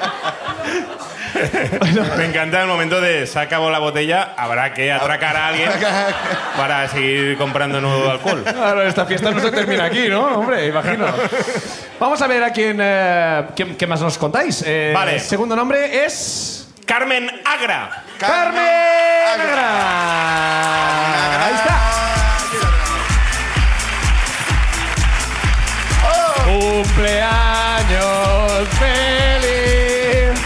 Speaker 3: *laughs* Me encanta el momento de se acabó la botella, habrá que atracar a alguien para seguir comprando nuevo alcohol.
Speaker 2: Claro, esta fiesta no se termina aquí, ¿no? Hombre, imagino. Vamos a ver a quién. eh, ¿quién- ¿Qué más nos contáis? Eh,
Speaker 3: Vale.
Speaker 2: Segundo nombre es.
Speaker 3: Carmen Agra.
Speaker 2: Carmen Agra. Ahí está. Cumpleaños feliz.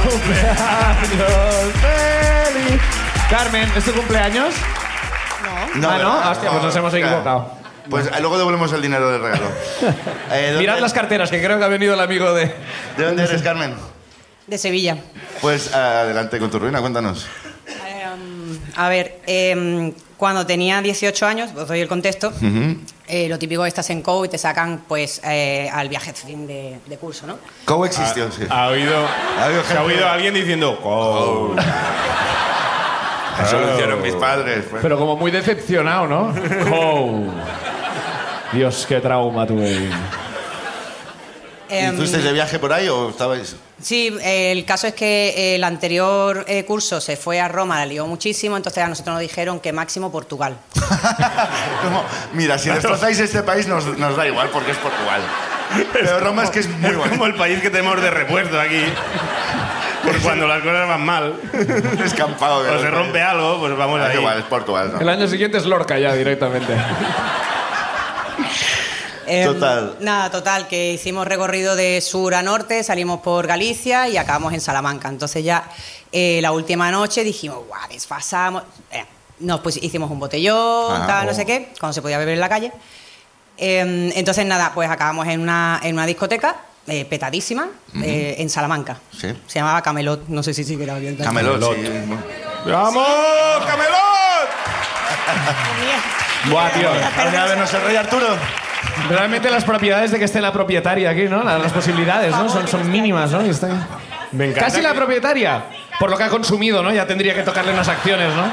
Speaker 2: Cumpleaños feliz. Carmen, ¿es tu cumpleaños? Ah, ¿no? Hostia, pues nos hemos equivocado.
Speaker 1: Pues eh, luego devolvemos el dinero
Speaker 2: *laughs*
Speaker 1: del regalo. Eh, ¿dónde-
Speaker 2: Mirad las carteras, que creo que ha venido el amigo de.
Speaker 1: ¿De dónde eres, Carmen?
Speaker 5: De Sevilla.
Speaker 1: Pues eh, adelante con tu ruina, cuéntanos.
Speaker 5: Em, a ver, em, cuando tenía 18 años, os doy el contexto, eh, lo típico que estás en COU y te sacan pues eh, al viaje fin de, de curso, ¿no?
Speaker 1: ¿Cómo existió? Sí.
Speaker 3: Ha oído,
Speaker 1: Ha habido
Speaker 3: se ha
Speaker 1: gente-
Speaker 3: oído alguien diciendo. "Oh".
Speaker 1: Eso lo hicieron mis padres. pues.
Speaker 2: Ah. Pero como muy decepcionado, ¿no?
Speaker 1: *laughs*
Speaker 2: Oh. Dios, qué trauma tuve.
Speaker 1: ¿Y
Speaker 5: Em,
Speaker 1: fuisteis de viaje por ahí o estabais?
Speaker 5: Sí, eh, el caso es que el anterior eh, curso se fue a Roma, la lió muchísimo, entonces a nosotros nos dijeron que máximo Portugal.
Speaker 1: Como, mira, si destrozáis este país nos, nos da igual porque es Portugal. Pero Roma es que es muy
Speaker 3: Es
Speaker 1: bueno.
Speaker 3: como el país que tenemos de repuesto aquí. Por cuando las cosas van mal
Speaker 1: Un escampado. de
Speaker 3: o se
Speaker 1: los
Speaker 3: rompe
Speaker 1: países.
Speaker 3: algo, pues vamos
Speaker 1: Ah, da
Speaker 3: ahí.
Speaker 1: igual, es Portugal. ¿no?
Speaker 2: El año siguiente es Lorca ya directamente.
Speaker 5: Em,
Speaker 1: Total.
Speaker 5: Nada, total, que hicimos recorrido de sur a norte, salimos por Galicia y acabamos en Salamanca. Entonces ya eh, la última noche dijimos, guau, desfasamos. Eh, nos pues, hicimos un botellón,
Speaker 1: Ah,
Speaker 5: tal,
Speaker 1: oh.
Speaker 5: no sé qué, cuando se podía beber en la calle. Em, entonces nada, pues acabamos en una, en una discoteca eh, petadísima eh, en Salamanca.
Speaker 1: Sí.
Speaker 5: Se llamaba Camelot, no sé si sigue abierta.
Speaker 1: Camelot, sí.
Speaker 3: ¡Vamos, ¡Oh, Camelot!
Speaker 2: Buah, tío.
Speaker 1: ¿Alguna vez nos el rey Arturo?
Speaker 2: Realmente las propiedades de que esté la propietaria aquí, ¿no? Las, las posibilidades, ¿no? Son, son mínimas, ¿no? Y está ahí.
Speaker 3: Me encanta
Speaker 2: Casi la
Speaker 3: que-
Speaker 2: propietaria. Por lo que ha consumido, ¿no? Ya tendría que tocarle unas acciones, ¿no?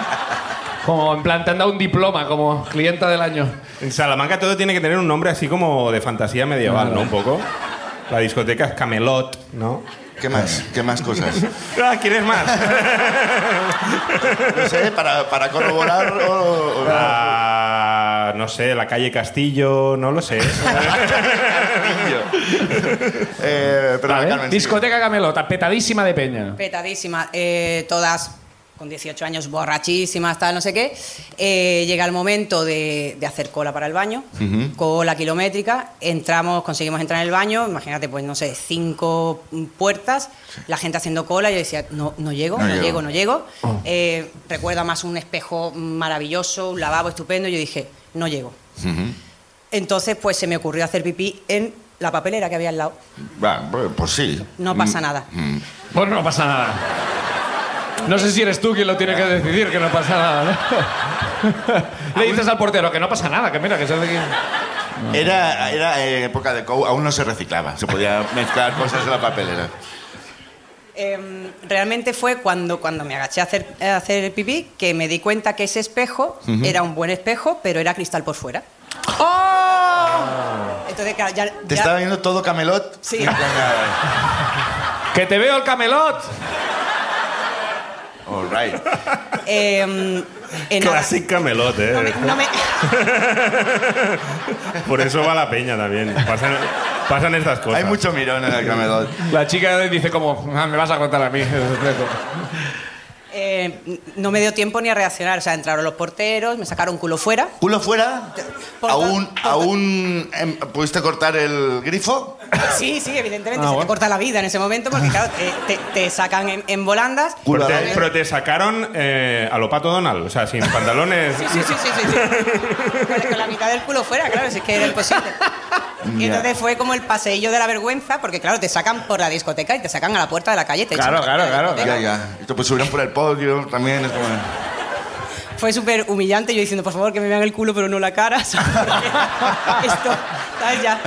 Speaker 2: Como en plan, te han dado un diploma como clienta del año.
Speaker 3: En Salamanca todo tiene que tener un nombre así como de fantasía medieval, ¿no? Un poco. La discoteca es Camelot, ¿no?
Speaker 1: ¿Qué más? ¿Qué más cosas?
Speaker 3: *laughs* Ah, ¿Quieres más?
Speaker 1: No sé, para, para corroborar o... o-
Speaker 3: Ah, no sé, la calle Castillo, no
Speaker 5: *laughs*
Speaker 3: lo sé.
Speaker 1: Eh, pero
Speaker 2: ¿Vale?
Speaker 1: Carmen, sí. Eh,
Speaker 2: Discoteca Camelota, petadísima de peña.
Speaker 5: Petadísima, eh, todas con 18 años borrachísimas, tal, no sé qué. Eh, llega el momento de, de hacer cola para el baño, cola kilométrica, entramos, conseguimos entrar en el baño, imagínate, pues no sé, cinco mm, puertas, la gente haciendo cola, yo decía, no, no llego,
Speaker 1: No
Speaker 5: no,
Speaker 1: llego. Oh.
Speaker 5: llego, no llego. Eh, recuerdo más un espejo maravilloso, un lavabo estupendo, yo dije, no llego. Entonces, pues se me ocurrió hacer pipí en la papelera que había al lado.
Speaker 1: Va, bueno, pues sí.
Speaker 5: No pasa nada.
Speaker 2: Bueno, no pasa nada. No sé si eres tú quien lo tiene que decidir, que no pasa nada,
Speaker 1: *laughs*
Speaker 2: ¿no? Le dices al portero que no pasa nada, que mira, que se hace aquí.
Speaker 1: Era, era eh, época de Cow, aún no se reciclaba. Se podía mezclar cosas en la papelera.
Speaker 5: Em, realmente fue cuando, cuando me agaché a hacer, a hacer pipí que me di cuenta que ese espejo era un buen espejo, pero era cristal por fuera.
Speaker 2: ¡Oh!
Speaker 5: Entonces, claro, ya.
Speaker 1: ¿Te
Speaker 5: ya-
Speaker 1: estaba viendo todo Camelot?
Speaker 5: Sí.
Speaker 1: En plan, ah,
Speaker 2: ¡Que te veo el camelot!
Speaker 1: All right.
Speaker 5: em, en-
Speaker 3: Classic Camelot, ¿eh?
Speaker 5: No me- no me-
Speaker 3: Por eso va la peña también. Pasan, pasan estas cosas.
Speaker 1: Hay mucho mirón en el Camelot.
Speaker 2: La chica dice como, "Ah, me vas a contar a mí. *laughs*
Speaker 5: eh, no me dio tiempo ni a reaccionar. O sea, entraron los porteros, me sacaron culo fuera.
Speaker 1: ¿Culo fuera?
Speaker 5: Por
Speaker 1: ¿Aún,
Speaker 5: tanto-
Speaker 1: aún em, pudiste cortar el grifo?
Speaker 5: Sí, sí, evidentemente.
Speaker 2: Ah,
Speaker 5: se
Speaker 2: bueno.
Speaker 5: te corta la vida en ese momento porque, claro, te, te- te sacan en, en volandas.
Speaker 1: Culo
Speaker 3: Pero
Speaker 1: al
Speaker 3: te,
Speaker 1: aire.
Speaker 3: pero te sacaron eh, a lo pato Donald, o sea, sin pantalones.
Speaker 5: Sí, sí, sí, sí, sí. sí. Con, con la mitad del culo fuera, claro, si es que era imposible.
Speaker 1: Ya.
Speaker 5: Y entonces fue como el paseillo de la vergüenza, porque claro, te sacan por la discoteca y te sacan a la puerta de la calle. Te
Speaker 2: Claro,
Speaker 5: echan a la
Speaker 2: claro, claro,
Speaker 5: discoteca.
Speaker 1: Ya, ya. Esto pues subieron por el podio también. Es como...
Speaker 5: Fue súper humillante, yo diciendo, por favor, que me vean el culo, pero no la cara. *laughs* ¿sabes? Porque esto, ¿sabes? Ya.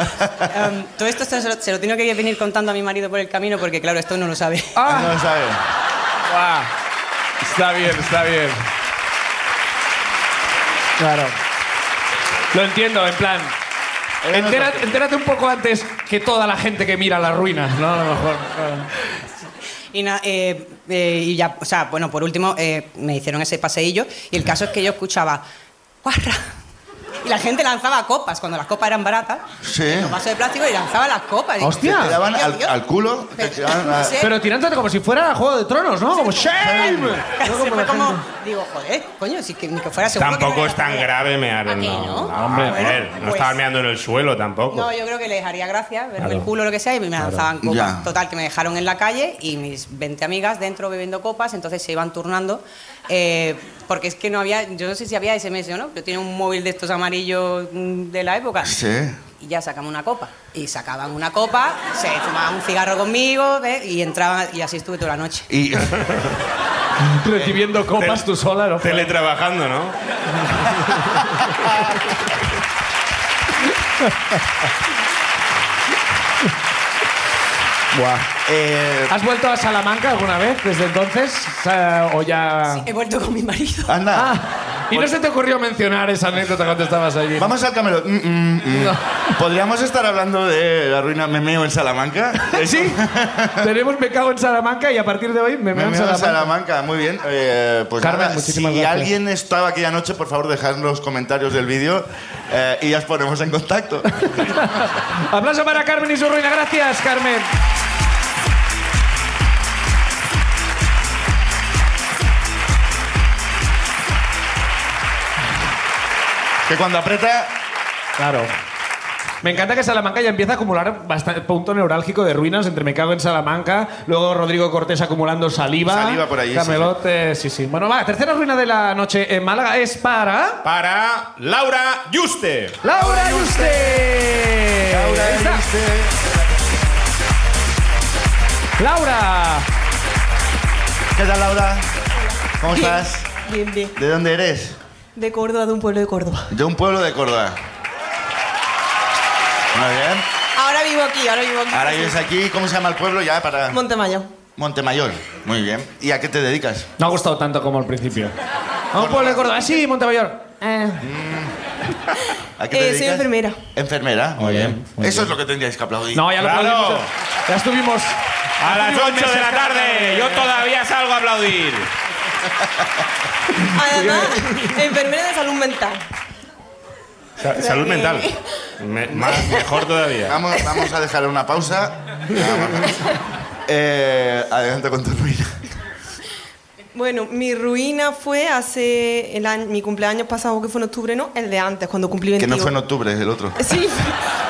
Speaker 5: Em, todo esto se lo, se lo tengo que venir contando a mi marido por el camino, porque claro, esto no lo sabe.
Speaker 1: No lo sabes.
Speaker 2: Ah, está bien, está bien. Claro. Lo entiendo, en plan. Entérate, entérate un poco antes que toda la gente que mira las ruinas, ¿no? A lo mejor. claro.
Speaker 5: Y, na- eh, eh, y ya, o sea, bueno, por último eh, me hicieron ese paseillo y el caso es que yo escuchaba guarra. Y la gente lanzaba copas cuando las copas eran baratas.
Speaker 1: Sí.
Speaker 5: en Los vasos de plástico y lanzaba las copas. Y-
Speaker 2: ¿Eh? Hostia.
Speaker 1: Te daban
Speaker 5: Dios,
Speaker 1: al,
Speaker 5: Dios.
Speaker 1: al culo. Te
Speaker 5: Pero-
Speaker 1: tiraban a-
Speaker 5: no sé.
Speaker 2: Pero tirándote como si fuera Juego de Tronos, ¿no? Como shame.
Speaker 5: Casi
Speaker 2: No como
Speaker 5: fue
Speaker 2: la
Speaker 5: como,
Speaker 2: gente.
Speaker 5: digo, joder, coño, si que, ni que fuera seguro. que no
Speaker 3: Tampoco
Speaker 5: era
Speaker 3: es tan
Speaker 5: primera.
Speaker 3: grave mear
Speaker 5: ¿A
Speaker 3: en
Speaker 5: qué
Speaker 3: la-
Speaker 5: no?
Speaker 3: Ah, hombre,
Speaker 5: Bueno,
Speaker 3: a ver, no
Speaker 5: pues-
Speaker 3: estaba meando en el suelo tampoco.
Speaker 5: No, yo creo que les haría gracia verme
Speaker 3: Claro.
Speaker 5: el culo o lo que sea y me lanzaban copas.
Speaker 1: Ya.
Speaker 5: Total, que me dejaron en la calle y mis 20 amigas dentro bebiendo copas, entonces se iban turnando. eh, porque es que no había, yo no sé si había SMS o no, pero tenía un móvil de estos amarillos mm, de la época.
Speaker 1: Sí.
Speaker 5: Y ya sacaban una copa. Y sacaban una copa, se fumaban un cigarro conmigo ¿ves? y entraban, y así estuve toda la noche.
Speaker 1: Y
Speaker 2: *laughs* Recibiendo copas tú sola, ¿no?
Speaker 3: Teletrabajando, ¿no?
Speaker 1: eh,
Speaker 2: ¿Has vuelto a Salamanca alguna vez desde entonces? O sea, ¿O ya.?
Speaker 5: He vuelto con mi marido.
Speaker 1: anda, Pues-
Speaker 2: Ah, ¿Y no se te ocurrió mencionar esa anécdota cuando estabas allí?
Speaker 1: vamos al Camelot. Mm, mm, mm. ¿Podríamos estar hablando de la ruina Memeo en Salamanca?
Speaker 2: Eh,
Speaker 1: *laughs*
Speaker 2: Sí, tenemos Me Cago en Salamanca y a partir de hoy me veo
Speaker 1: Memeo
Speaker 2: en
Speaker 1: en
Speaker 2: Salamanca.
Speaker 1: Salamanca. muy bien. Eh, pues
Speaker 2: Carmen,
Speaker 1: nada, si
Speaker 2: muchísimas gracias.
Speaker 1: alguien estaba aquella noche, por favor, dejad los comentarios del vídeo eh, y ya os ponemos en contacto.
Speaker 2: *laughs* Aplauso para Carmen y su ruina. Gracias, Carmen.
Speaker 1: que cuando aprieta,
Speaker 2: Claro. Me encanta que Salamanca ya empieza a acumular bastante punto neurálgico de ruinas entre Me Cago en Salamanca, luego Rodrigo Cortés acumulando saliva.
Speaker 1: Saliva por allí,
Speaker 2: Camelote, sí, sí. Bueno, va, tercera ruina de la noche en Málaga es para.
Speaker 3: Para Laura Juste.
Speaker 2: ¡Laura y usted!
Speaker 1: Laura,
Speaker 2: Ahí está.
Speaker 1: ¿viste?
Speaker 2: ¡Laura!
Speaker 1: ¿Qué tal, Laura? ¿Cómo estás?
Speaker 6: Bien, bien.
Speaker 1: ¿De dónde eres?
Speaker 6: De Córdoba, de un pueblo de Córdoba.
Speaker 1: De un pueblo de Córdoba. Muy bien.
Speaker 6: Ahora vivo aquí, ahora vivo aquí.
Speaker 1: Ahora vienes aquí, ¿cómo se llama el pueblo ya para
Speaker 6: Montemayor.
Speaker 1: Montemayor? Muy bien. ¿Y a qué te dedicas?
Speaker 2: No ha gustado tanto como al principio. A un pueblo de Córdoba. Sí, Montemayor. Eh.
Speaker 1: ¿A qué te
Speaker 6: Eh, soy
Speaker 1: dedicas?
Speaker 6: enfermera.
Speaker 1: Enfermera, muy bien. Eso es lo que tendríais que aplaudir.
Speaker 2: No, ya lo
Speaker 3: Claro.
Speaker 2: aplaudimos. Ya estuvimos.
Speaker 3: A las 8 de la tarde. Yo
Speaker 2: toda.
Speaker 3: todavía salgo a aplaudir.
Speaker 6: Además, enfermera de salud mental.
Speaker 3: Sa- salud mental. Me-
Speaker 5: *laughs*
Speaker 3: más- mejor todavía.
Speaker 1: Vamos, vamos a dejar una *laughs* pausa. Vamos. Eh, adelante con tu ruina.
Speaker 7: Bueno, mi ruina fue hace el año, mi cumpleaños pasado, que fue en octubre, ¿no? El de antes, cuando cumplí 21.
Speaker 1: Que no fue en octubre, el otro.
Speaker 7: Sí,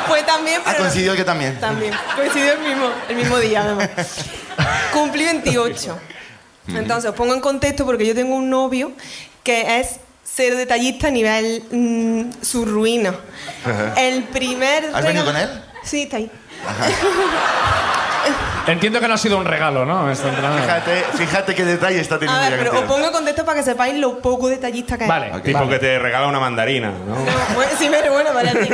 Speaker 7: fue también.
Speaker 1: Ah,
Speaker 7: pero-
Speaker 1: coincidió que también.
Speaker 7: También, coincidió el mismo, el mismo
Speaker 1: *laughs*
Speaker 7: día, además. Cumplí 28. Entonces, os pongo en contexto porque yo tengo un novio que es ser detallista a nivel mm, su ruina. El primer.
Speaker 1: Ah. ¿Has venido
Speaker 7: regalo-
Speaker 1: con él?
Speaker 7: Sí, está ahí.
Speaker 2: Entiendo que no ha sido un regalo, ¿no? Este Esta entrada.
Speaker 1: Fíjate, fíjate qué detalle está
Speaker 7: A
Speaker 1: teniendo
Speaker 7: ver,
Speaker 1: ya
Speaker 7: pero os
Speaker 1: Cantera.
Speaker 7: pongo en contexto para que sepáis lo poco detallista que es.
Speaker 2: Vale,
Speaker 1: Ok.
Speaker 3: Tipo
Speaker 2: vale.
Speaker 3: que te regala una mandarina, ¿no?
Speaker 7: No, bueno, sí, pero bueno, para ti.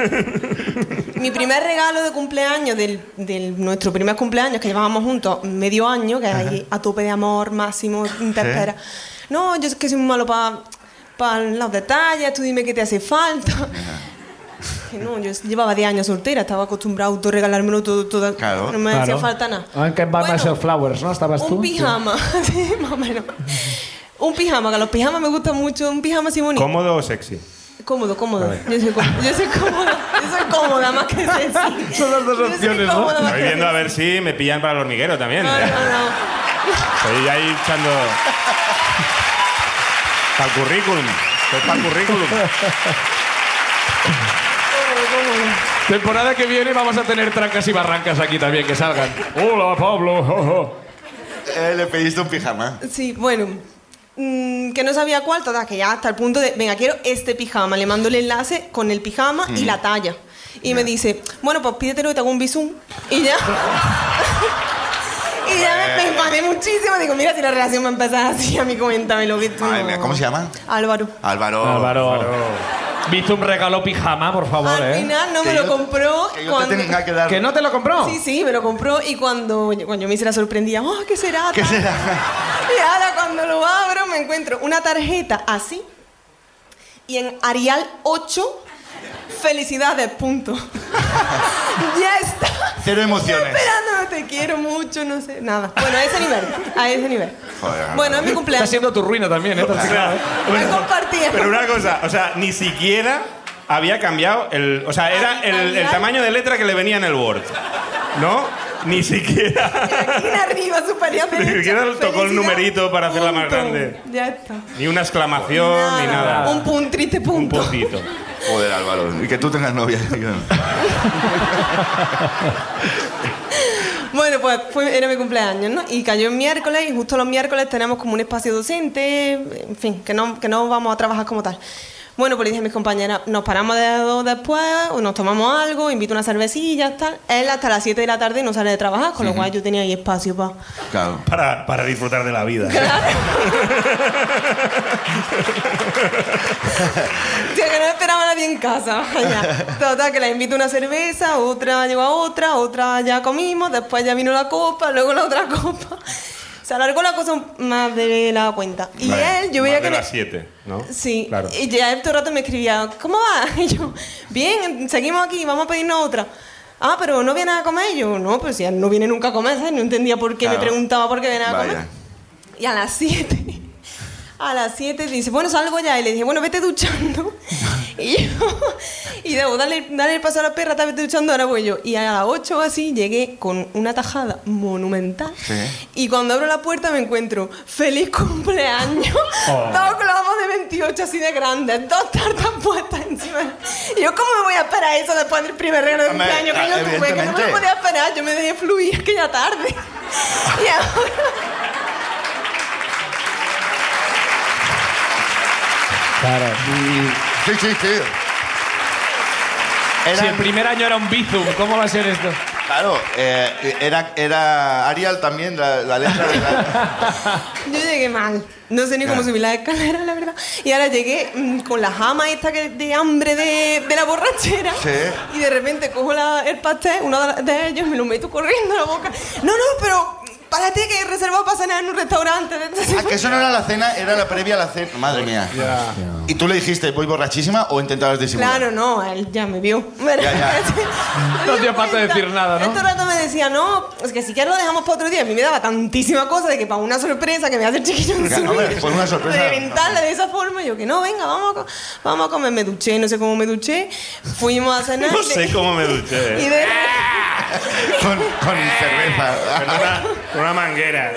Speaker 7: Mi primer regalo de cumpleaños, del, del- nuestro primer cumpleaños, que llevábamos juntos medio año, que ahí a tope de amor máximo, te espera. No, yo es que soy muy malo para los detalles, tú dime qué te hace falta. *laughs* Que no, yo llevaba 10 años soltera, estaba acostumbrada a autorregalármelo todo, todo.
Speaker 1: Claro.
Speaker 7: no me hacía
Speaker 2: Claro. Ah,
Speaker 7: falta nada.
Speaker 2: Aunque en Batman
Speaker 7: Bueno,
Speaker 2: Self Flowers, ¿no? Estabas tú.
Speaker 7: un pijama, *laughs* sí, más o menos. Un pijama, que los pijamas me gustan mucho, un pijama así bonito.
Speaker 3: ¿Cómodo o sexy?
Speaker 7: Cómodo, cómodo. Yo soy, cómoda, yo soy cómoda. Yo soy cómoda más que sexy. *laughs* Son las dos
Speaker 2: opciones, ¿no?
Speaker 3: Estoy viendo a ver si me pillan para el hormiguero también.
Speaker 7: No, no, no.
Speaker 3: Estoy ahí echando.
Speaker 5: *laughs*
Speaker 3: Para el currículum. Estoy para el currículum.
Speaker 2: Temporada que viene vamos a tener trancas y barrancas aquí también que salgan. Hola, Pablo.
Speaker 1: Eh, le pediste un pijama.
Speaker 7: Sí, bueno. Mm, que no sabía cuál, total, que ya hasta el punto de, venga, quiero este pijama. Le mando el enlace con el pijama y la talla. Y me dice, bueno, pues pídetelo y te hago un bisum. Y *laughs* ya. y ya me enfadé muchísimo. Digo, mira, si la relación va a empezar así, a mí coméntame lo que tú.
Speaker 1: Madre mía, ¿cómo se llama?
Speaker 7: Álvaro.
Speaker 1: Álvaro.
Speaker 2: Álvaro. Bizum regaló pijama, por favor,
Speaker 7: Al
Speaker 2: ¿eh?
Speaker 7: final no
Speaker 1: Que
Speaker 7: me
Speaker 1: yo-
Speaker 7: lo compró.
Speaker 1: Que yo
Speaker 7: cuando-
Speaker 1: te tenga que dar.
Speaker 2: ¿Que no te lo compró?
Speaker 7: Sí, sí, me lo compró y cuando, cuando yo me hice la sorprendida, oh, ¿qué será?
Speaker 1: ¿Qué
Speaker 7: tal?".
Speaker 1: será?
Speaker 7: Y ahora cuando lo abro me encuentro una tarjeta así y en Arial 8, felicidades,
Speaker 1: *laughs*
Speaker 7: punto. ya está.
Speaker 1: Cero emociones.
Speaker 7: Esperándome, te quiero mucho, no sé, nada. Bueno, a ese nivel, a ese nivel.
Speaker 1: Joder,
Speaker 7: bueno, es mi
Speaker 2: Está
Speaker 7: cumpleaños.
Speaker 2: siendo tu ruina también, ¿eh?
Speaker 3: O sea,
Speaker 7: Me compartía.
Speaker 3: Pero una cosa, o sea, ni siquiera había cambiado el. O sea, era el, el tamaño de letra que le venía en el Word. ¿No? Ni
Speaker 7: *laughs*
Speaker 3: siquiera.
Speaker 7: Aquí arriba, superior derecha,
Speaker 3: Ni siquiera tocó el
Speaker 7: felicidades,
Speaker 3: numerito para hacerla más
Speaker 7: punto.
Speaker 3: grande.
Speaker 7: Ya está.
Speaker 3: Ni una exclamación, ni nada.
Speaker 7: Un, pun- triste
Speaker 3: Un
Speaker 7: punto.
Speaker 3: puntito.
Speaker 1: Joder, Álvaro. Y que tú tengas novia. tío.
Speaker 7: Bueno, pues fue- era mi cumpleaños, ¿no? Y cayó el miércoles y justo los miércoles tenemos como un espacio docente, en fin, que no, que no vamos a trabajar como tal. Bueno, pues le dije a mis compañeras, nos paramos de dos después, o nos tomamos algo, invito una cervecilla, tal. Él hasta las 7 de la tarde no sale de trabajar, con lo cual yo tenía ahí espacio para...
Speaker 1: Claro.
Speaker 3: Para, para disfrutar de la vida.
Speaker 7: O sea, que no esperaba a nadie en casa. vaya. Total, que la invito a una cerveza, otra llevo a otra, otra ya comimos, después ya vino la copa, luego la otra *laughs* copa. Se alargó la cosa más de la cuenta. Y
Speaker 1: Vale,
Speaker 7: él, yo veía
Speaker 3: Más
Speaker 7: que...
Speaker 3: de
Speaker 7: me-
Speaker 3: las 7, ¿no?
Speaker 7: Sí,
Speaker 3: Claro.
Speaker 7: y ya él todo el rato me escribía, ¿cómo va? *laughs* Y yo, bien, seguimos aquí, vamos a pedirnos otra. Ah, pero no viene a comer. Y yo, no, pero si él no viene nunca a comer, ¿sabes? No entendía por qué,
Speaker 1: Claro.
Speaker 7: me preguntaba por qué viene a comer.
Speaker 1: Vaya.
Speaker 7: Y a las 7, *laughs* a las 7 dice, bueno, salgo ya. Y le dije, bueno,
Speaker 1: *laughs*
Speaker 7: vete duchando. y yo, y debo, dale, dale el paso a la perra, está vete duchando, ahora voy yo. Y a las 8 o así llegué con una tajada monumental.
Speaker 1: Sí. *laughs*
Speaker 7: Y cuando abro la puerta me encuentro, feliz cumpleaños,
Speaker 1: Oh.
Speaker 7: dos globos de 28 así de grandes, dos tartas puestas encima. Y yo, ¿cómo me voy a esperar eso después del primer regalo de
Speaker 1: Hombre, ah,
Speaker 7: cumpleaños que yo tuve? Que no me
Speaker 1: evidentemente.
Speaker 7: lo podía esperar, yo me dejé fluir
Speaker 1: *laughs*
Speaker 7: aquella tarde. y ahora...
Speaker 2: Claro.
Speaker 1: Sí, sí, sí.
Speaker 2: Si el
Speaker 1: Eran-
Speaker 2: primer año era un bizum, ¿cómo va a ser esto?
Speaker 1: Claro, eh, era, era Arial también, la, la letra de la...
Speaker 7: Yo llegué mal. No sé ni
Speaker 1: Ah.
Speaker 7: cómo subir la escalera, la verdad. Y ahora llegué mm, con la jama esta que de hambre de, de la borrachera.
Speaker 1: Sí.
Speaker 7: Y de repente cojo la- el pastel, uno de la- de ellos, me lo meto corriendo a la boca. No, no, pero párate que he reservado para cenar en un restaurante.
Speaker 1: Ah, que eso no era la cena, era la previa a la cena. Madre mía. ¿Y tú le dijiste, voy borrachísima o intentabas disimular?
Speaker 7: Claro, no, él ya me vio.
Speaker 1: Ya,
Speaker 7: *laughs*
Speaker 1: ya.
Speaker 2: No hacía falta decir nada, ¿no?
Speaker 7: Este rato me decía, no, es que si quieres lo dejamos para otro día. A mí me daba tantísima cosa de que para una sorpresa que me hace el chiquillo en
Speaker 1: Ya,
Speaker 7: su
Speaker 1: hombre,
Speaker 7: vida,
Speaker 1: pues una sorpresa.
Speaker 7: Reventarla de esa forma. Yo que no, venga, vamos a, co- vamos a comer. Me duché, no sé cómo me duché. Fuimos a
Speaker 3: *laughs*
Speaker 7: cenar.
Speaker 3: No sé cómo me
Speaker 7: Y
Speaker 3: duché. ¿eh?
Speaker 7: de-
Speaker 1: Con, con cerveza.
Speaker 3: Con una, con una manguera.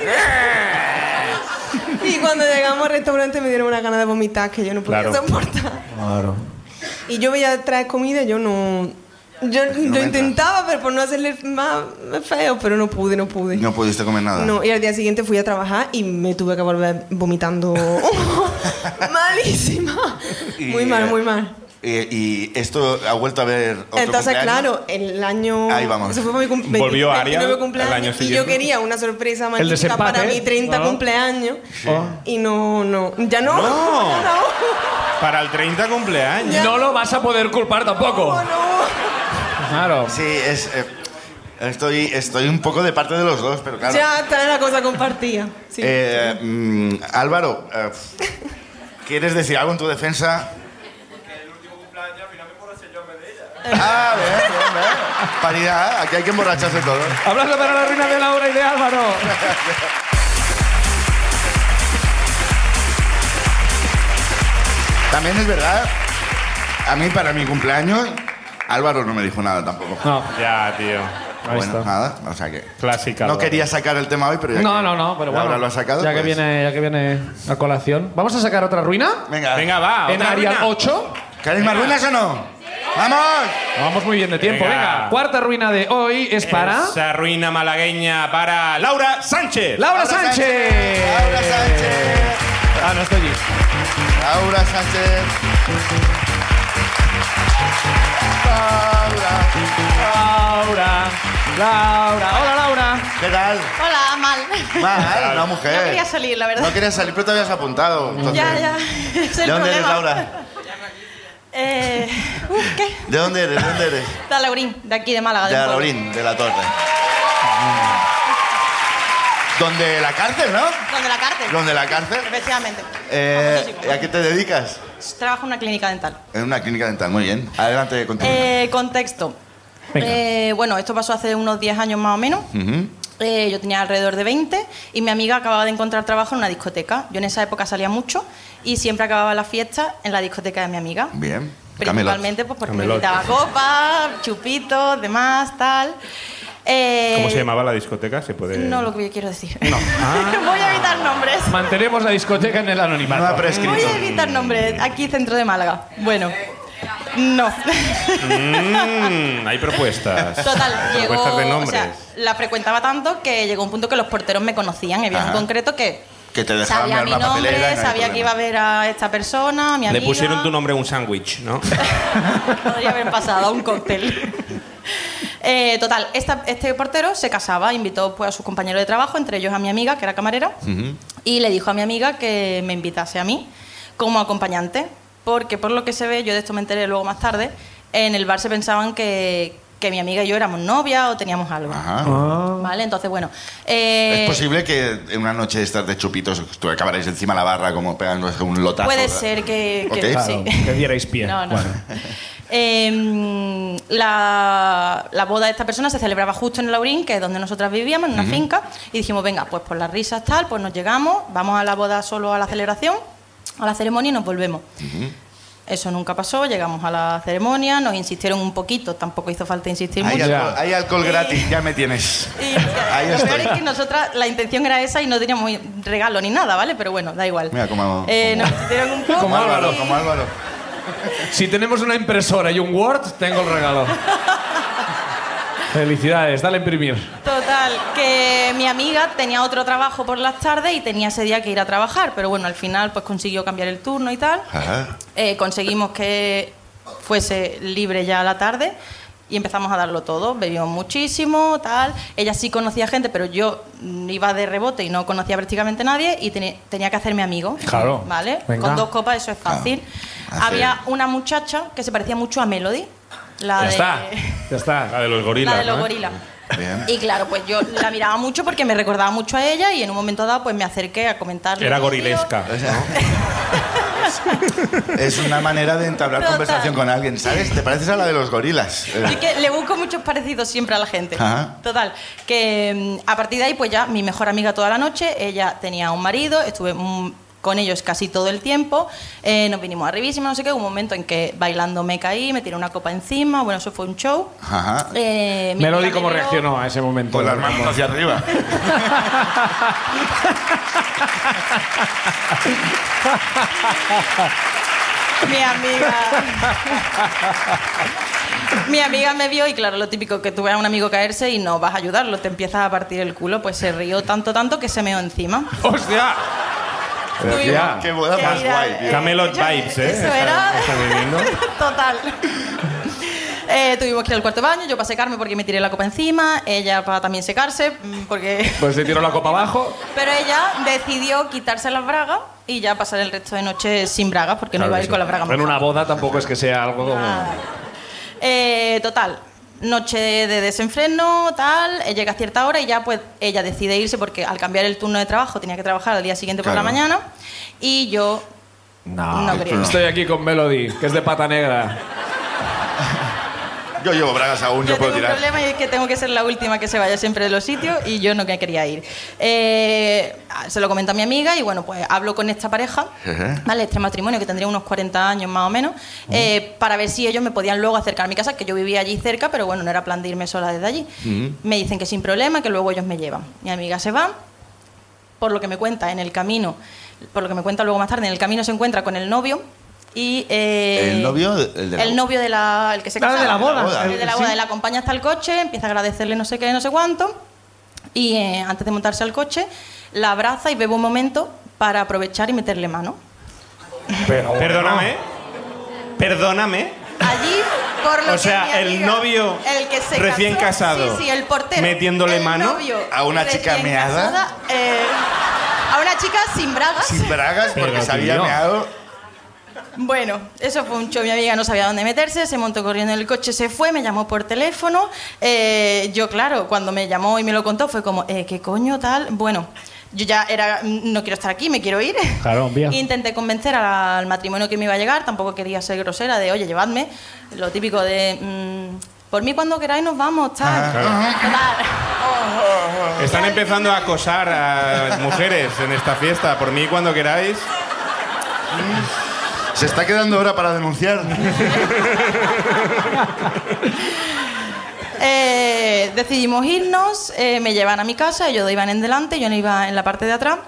Speaker 7: y
Speaker 6: Y cuando llegamos al restaurante me dieron una gana de vomitar que yo no podía
Speaker 3: Claro.
Speaker 6: soportar.
Speaker 2: Claro.
Speaker 6: Y yo veía traer comida, yo no. Yo
Speaker 1: me
Speaker 6: lo
Speaker 1: entra.
Speaker 6: intentaba, pero por no hacerle más feo, pero no pude, no pude.
Speaker 1: No pudiste comer nada.
Speaker 6: No, y al día siguiente fui a trabajar y me tuve que volver
Speaker 1: *laughs*
Speaker 6: vomitando. *laughs* Malísima.
Speaker 1: Y,
Speaker 6: Muy mal, muy mal.
Speaker 1: eh, y esto ha vuelto a ver otro
Speaker 6: Entonces,
Speaker 1: cumpleaños.
Speaker 6: claro, el año.
Speaker 1: Ahí vamos.
Speaker 6: Eso fue para mi cumpleaños.
Speaker 3: Volvió Ariel al
Speaker 6: cumpleaños.
Speaker 3: año
Speaker 6: y
Speaker 3: siguiente.
Speaker 6: yo quería una sorpresa magnífica
Speaker 2: desempate,
Speaker 6: para mi 30
Speaker 2: ¿no?
Speaker 6: cumpleaños.
Speaker 2: Oh.
Speaker 6: Y no, no. *laughs* Ya no.
Speaker 3: No.
Speaker 6: no.
Speaker 3: Para el 30 cumpleaños.
Speaker 2: No lo vas a poder culpar tampoco.
Speaker 6: No, no.
Speaker 2: Claro.
Speaker 1: Sí, es. eh, estoy, estoy un poco de parte de los dos, pero claro.
Speaker 6: Ya está la cosa compartida. Sí.
Speaker 1: Eh, mm, Álvaro, eh, ¿quieres decir algo en tu defensa?
Speaker 2: *laughs*
Speaker 1: Ah, bien, bien, bien. Paridad, aquí hay que emborracharse todo.
Speaker 2: Abrazo para la ruina de Laura y de Álvaro.
Speaker 1: También es verdad, a mí para mi cumpleaños, Álvaro no me dijo nada tampoco.
Speaker 2: No.
Speaker 3: Ya, tío.
Speaker 2: Ahí
Speaker 1: bueno,
Speaker 2: está.
Speaker 1: nada, o sea que...
Speaker 3: Clásica.
Speaker 1: No
Speaker 3: Álvaro.
Speaker 1: quería sacar el tema hoy, pero ya
Speaker 2: No,
Speaker 1: que
Speaker 2: no, no, pero bueno.
Speaker 1: Laura lo ha sacado,
Speaker 2: ya, que
Speaker 1: pues-
Speaker 2: viene, ya que viene a colación. ¿Vamos a sacar otra ruina?
Speaker 1: Venga.
Speaker 3: Venga, va.
Speaker 2: en
Speaker 3: otra
Speaker 2: Arial
Speaker 3: ruina.
Speaker 2: 8.
Speaker 1: ¿Queréis más ruinas o no? ¡Vamos!
Speaker 2: Vamos muy bien de tiempo, venga.
Speaker 3: Venga.
Speaker 2: Cuarta ruina de hoy es para.
Speaker 3: Esa ruina malagueña para Laura Sánchez.
Speaker 2: Laura Sánchez.
Speaker 1: Laura Sánchez.
Speaker 2: Ah, no estoy allí.
Speaker 1: Laura Sánchez. Laura.
Speaker 2: Laura. Laura. Hola, Laura.
Speaker 1: ¿Qué tal?
Speaker 8: Hola, mal.
Speaker 1: Mal, una mujer.
Speaker 8: No quería salir, la verdad.
Speaker 1: No querías salir, pero te habías apuntado. entonces.
Speaker 8: Ya, ya. Es
Speaker 1: ¿De
Speaker 8: el
Speaker 1: dónde eres,
Speaker 8: problema.
Speaker 1: Laura?
Speaker 8: Eh, uh, ¿Qué?
Speaker 1: ¿De dónde eres? ¿De dónde
Speaker 8: *laughs*
Speaker 1: eres?
Speaker 8: De Laurín, de aquí, de Málaga.
Speaker 1: De
Speaker 8: del pueblo.
Speaker 1: Laurín, de la Torre. Mm. ¿Donde la cárcel, no?
Speaker 8: Donde la cárcel.
Speaker 1: ¿Donde la cárcel?
Speaker 8: Efectivamente.
Speaker 1: Eh,
Speaker 8: Famosísimo.
Speaker 1: ¿A qué te dedicas?
Speaker 8: Trabajo en una clínica dental.
Speaker 1: En una clínica dental, muy bien. Adelante, continúa.
Speaker 8: Eh, contexto.
Speaker 2: Venga.
Speaker 8: Eh, bueno, esto pasó hace unos 10 años más o menos.
Speaker 1: Ujú.
Speaker 8: Eh, yo tenía alrededor de 20 y mi amiga acababa de encontrar trabajo en una discoteca. Yo en esa época salía mucho y siempre acababa la fiesta en la discoteca de mi amiga.
Speaker 1: Bien. Camelot.
Speaker 8: Principalmente pues, porque
Speaker 3: Camelot.
Speaker 8: me invitaba copas, chupitos, demás, tal. Eh,
Speaker 3: ¿Cómo se llamaba la discoteca? Se puede. Ah.
Speaker 8: No lo que yo quiero decir. *laughs* Voy a evitar nombres.
Speaker 2: Mantenemos la discoteca en el
Speaker 1: No ha
Speaker 2: anonimato.
Speaker 1: prescrito.
Speaker 8: Voy a evitar nombres. Aquí, centro de Málaga. Bueno. No.
Speaker 3: Mm, hay propuestas.
Speaker 8: Total,
Speaker 3: Hay
Speaker 8: llegó.
Speaker 3: Propuestas de
Speaker 8: O
Speaker 3: nombres.
Speaker 8: sea, la frecuentaba tanto que llegó un punto que los porteros me conocían. Había
Speaker 1: Ajá.
Speaker 8: un concreto que.
Speaker 1: Que te dejaban mirar
Speaker 8: sabía mi
Speaker 1: una papelera y no
Speaker 8: nombre,
Speaker 1: había
Speaker 8: sabía que
Speaker 1: problema.
Speaker 8: iba a ver a esta persona, a mi
Speaker 3: Le
Speaker 8: amiga.
Speaker 3: pusieron tu nombre a un sándwich, ¿no?
Speaker 8: Podría haber pasado a un cóctel. Eh, total, esta- este portero se casaba, invitó pues, a sus compañeros de trabajo, entre ellos a mi amiga, que era camarera, y le dijo a mi amiga que me invitase a mí como acompañante, porque por lo que se ve, yo de esto me enteré luego más tarde, en el bar se pensaban que, que mi amiga y yo éramos novia o teníamos algo.
Speaker 1: Ajá.
Speaker 8: ¿Vale? Entonces, bueno. eh,
Speaker 1: Es posible que en una noche de estas de chupitos tú acabarais encima de la barra como pegando un lotazo.
Speaker 8: Puede
Speaker 1: ¿verdad?
Speaker 8: ser que. que-
Speaker 1: Ok.
Speaker 8: sí.
Speaker 2: Que dierais pie.
Speaker 8: No, no. *laughs* Em, la, la boda de esta persona se celebraba justo en Laurín, que es donde nosotras vivíamos, en una finca, y dijimos, venga, pues por las risas tal, pues nos llegamos, vamos a la boda solo a la celebración, a la ceremonia y nos volvemos. Eso nunca pasó, llegamos a la ceremonia, nos insistieron un poquito, tampoco hizo falta insistir
Speaker 1: Hay
Speaker 8: mucho.
Speaker 1: alcohol, hay alcohol gratis, ya me tienes. *laughs*
Speaker 8: Y
Speaker 1: Ahí
Speaker 8: lo peor
Speaker 1: estoy.
Speaker 8: es que nosotras la intención era esa y no teníamos regalo ni nada, ¿vale? Pero bueno, da igual.
Speaker 1: Mira, como-
Speaker 8: Eh,
Speaker 1: como-
Speaker 8: nos insistieron un poco.
Speaker 1: Como Álvaro,
Speaker 8: y-
Speaker 1: como Álvaro.
Speaker 2: Si tenemos una impresora y un Word, tengo el regalo. Felicidades, dale a imprimir.
Speaker 8: Total, que mi amiga tenía otro trabajo por las tardes y tenía ese día que ir a trabajar, pero bueno, al final pues consiguió cambiar el turno y tal.
Speaker 1: Ajá.
Speaker 8: Eh, conseguimos que fuese libre ya a la tarde y empezamos a darlo todo, bebimos muchísimo, tal. Ella sí conocía gente, pero yo mm, iba de rebote y no conocía prácticamente nadie y teni- tenía que hacerme amigo.
Speaker 2: Claro,
Speaker 8: ¿Vale?
Speaker 2: venga.
Speaker 8: Con dos copas eso es fácil.
Speaker 1: Así
Speaker 8: Había una muchacha que se parecía mucho a Melody, *laughs* la
Speaker 2: Ya
Speaker 8: de
Speaker 2: está. Ya está.
Speaker 3: La de los gorilas.
Speaker 8: la de los
Speaker 3: ¿no?
Speaker 8: gorilas.
Speaker 1: Bien.
Speaker 8: Y claro, pues yo la miraba mucho porque me recordaba mucho a ella y en un momento dado pues me acerqué a comentarle.
Speaker 3: Era
Speaker 8: "Tío,
Speaker 3: gorilesca.
Speaker 1: O sea, es una manera de entablar
Speaker 8: Total.
Speaker 1: conversación con alguien, ¿sabes? Te pareces a la de los gorilas. Eh,
Speaker 8: *laughs* Y que le busco muchos parecidos siempre a la gente.
Speaker 1: Ajá.
Speaker 8: Total, que mm, a partir de ahí, pues ya mi mejor amiga toda la noche, ella tenía un marido, estuve mm, con ellos casi todo el tiempo. Eh, nos vinimos arribísima, no sé qué, hubo un momento en que bailando me caí, me tiré una copa encima, bueno, eso fue un show.
Speaker 1: Ajá.
Speaker 8: Eh, mi
Speaker 2: Melody,
Speaker 8: amiga
Speaker 2: ¿cómo
Speaker 8: Melero-
Speaker 2: reaccionó a ese momento?
Speaker 1: Con las manos hacia arriba.
Speaker 8: Mi amiga. Mi amiga me vio y claro, lo típico que tú ves a un amigo caerse y no vas a ayudarlo, te empiezas a partir el culo, pues se rió tanto, tanto que se meó encima.
Speaker 2: ¡Hostia!
Speaker 3: Pero,
Speaker 8: Tuvimos
Speaker 3: tía,
Speaker 1: Qué boda
Speaker 8: que
Speaker 1: más
Speaker 8: ir a-
Speaker 1: guay, tío.
Speaker 8: eh,
Speaker 3: Camelot
Speaker 8: eso-
Speaker 3: vibes, ¿eh?
Speaker 8: Eso
Speaker 3: Está-
Speaker 8: era.
Speaker 3: está viviendo.
Speaker 8: Total. Eh, tuvimos que ir al cuarto de baño, yo para secarme porque me tiré la copa encima, ella para también secarse mm, porque... *laughs*
Speaker 2: Pues se tiró la copa abajo.
Speaker 8: Pero ella decidió quitarse las bragas y ya pasar el resto de noche sin bragas porque no
Speaker 2: Claro
Speaker 8: iba a
Speaker 2: que
Speaker 8: ir
Speaker 2: sí.
Speaker 8: con las bragas
Speaker 2: En
Speaker 8: mojadas.
Speaker 2: una boda tampoco es que sea algo como...
Speaker 8: Ah, Eh, total, noche de desenfreno, tal, eh, llega a cierta hora y ya pues ella decide irse porque al cambiar el turno de trabajo tenía que trabajar al día siguiente por la
Speaker 1: Claro.
Speaker 8: mañana y yo
Speaker 1: Ah,
Speaker 8: no quería. irse. *laughs*
Speaker 2: Estoy aquí con Melody, que es de pata negra.
Speaker 1: Yo llevo bragas aún, yo
Speaker 8: Yo
Speaker 1: puedo
Speaker 8: tengo un
Speaker 1: tirar.
Speaker 8: problema y es que tengo que ser la última que se vaya siempre de los sitios y yo no que quería ir. Eh, se lo comento a mi amiga y bueno, pues hablo con esta pareja,
Speaker 1: Ajá.
Speaker 8: ¿vale? Este matrimonio que tendría unos 40 años más o menos, eh, para ver si ellos me podían luego acercar a mi casa, que yo vivía allí cerca, pero bueno, no era plan de irme sola desde allí. Me dicen que sin problema, que luego ellos me llevan. Mi amiga se va, por lo que me cuenta en el camino, por lo que me cuenta luego más tarde, en el camino se encuentra con el novio. Y, eh,
Speaker 1: ¿El novio? ¿El de la-
Speaker 8: el novio de la- el que se
Speaker 2: Ah, de
Speaker 8: casaba.
Speaker 2: la boda.
Speaker 1: De la boda.
Speaker 8: El de la boda.
Speaker 2: Sí.
Speaker 8: La acompaña hasta el coche, empieza a agradecerle no sé qué, no sé cuánto. Y eh, antes de montarse al coche, la abraza y bebe un momento para aprovechar y meterle mano.
Speaker 2: Pero
Speaker 3: Perdóname. Perdóname.
Speaker 8: Allí, por lo
Speaker 3: O
Speaker 8: que
Speaker 3: sea,
Speaker 8: mi
Speaker 3: el
Speaker 8: amiga,
Speaker 3: novio
Speaker 8: el que se
Speaker 3: recién
Speaker 8: casó,
Speaker 3: casado,
Speaker 8: sí, sí, el portero,
Speaker 3: metiéndole
Speaker 8: el
Speaker 3: mano
Speaker 8: novio
Speaker 1: a una
Speaker 8: recién
Speaker 1: chica meada.
Speaker 8: casada, eh, a una chica sin bragas.
Speaker 1: Sin bragas porque
Speaker 3: Pero,
Speaker 1: se había
Speaker 3: tío. *laughs*
Speaker 1: meado.
Speaker 8: Bueno, eso fue un show. Mi amiga no sabía dónde meterse, se montó corriendo en el coche, se fue, me llamó por teléfono. Eh, yo, claro, cuando me llamó y me lo contó, fue como, eh, ¿qué coño tal? Bueno, yo ya era, mm, no quiero estar aquí, me quiero ir. *laughs*
Speaker 2: Claro, envía.
Speaker 8: Intenté convencer a- al matrimonio que me iba a llegar, tampoco quería ser grosera, de, oye, llevadme. Lo típico de, mm, por mí cuando queráis nos vamos, tal. Total.
Speaker 3: Están empezando a acosar a mujeres en esta fiesta. Por mí, cuando queráis.
Speaker 1: Se está quedando hora para denunciar.
Speaker 8: Eh, decidimos irnos, eh, me llevan a mi casa, ellos iban en delante, yo no iba en la parte de atrás.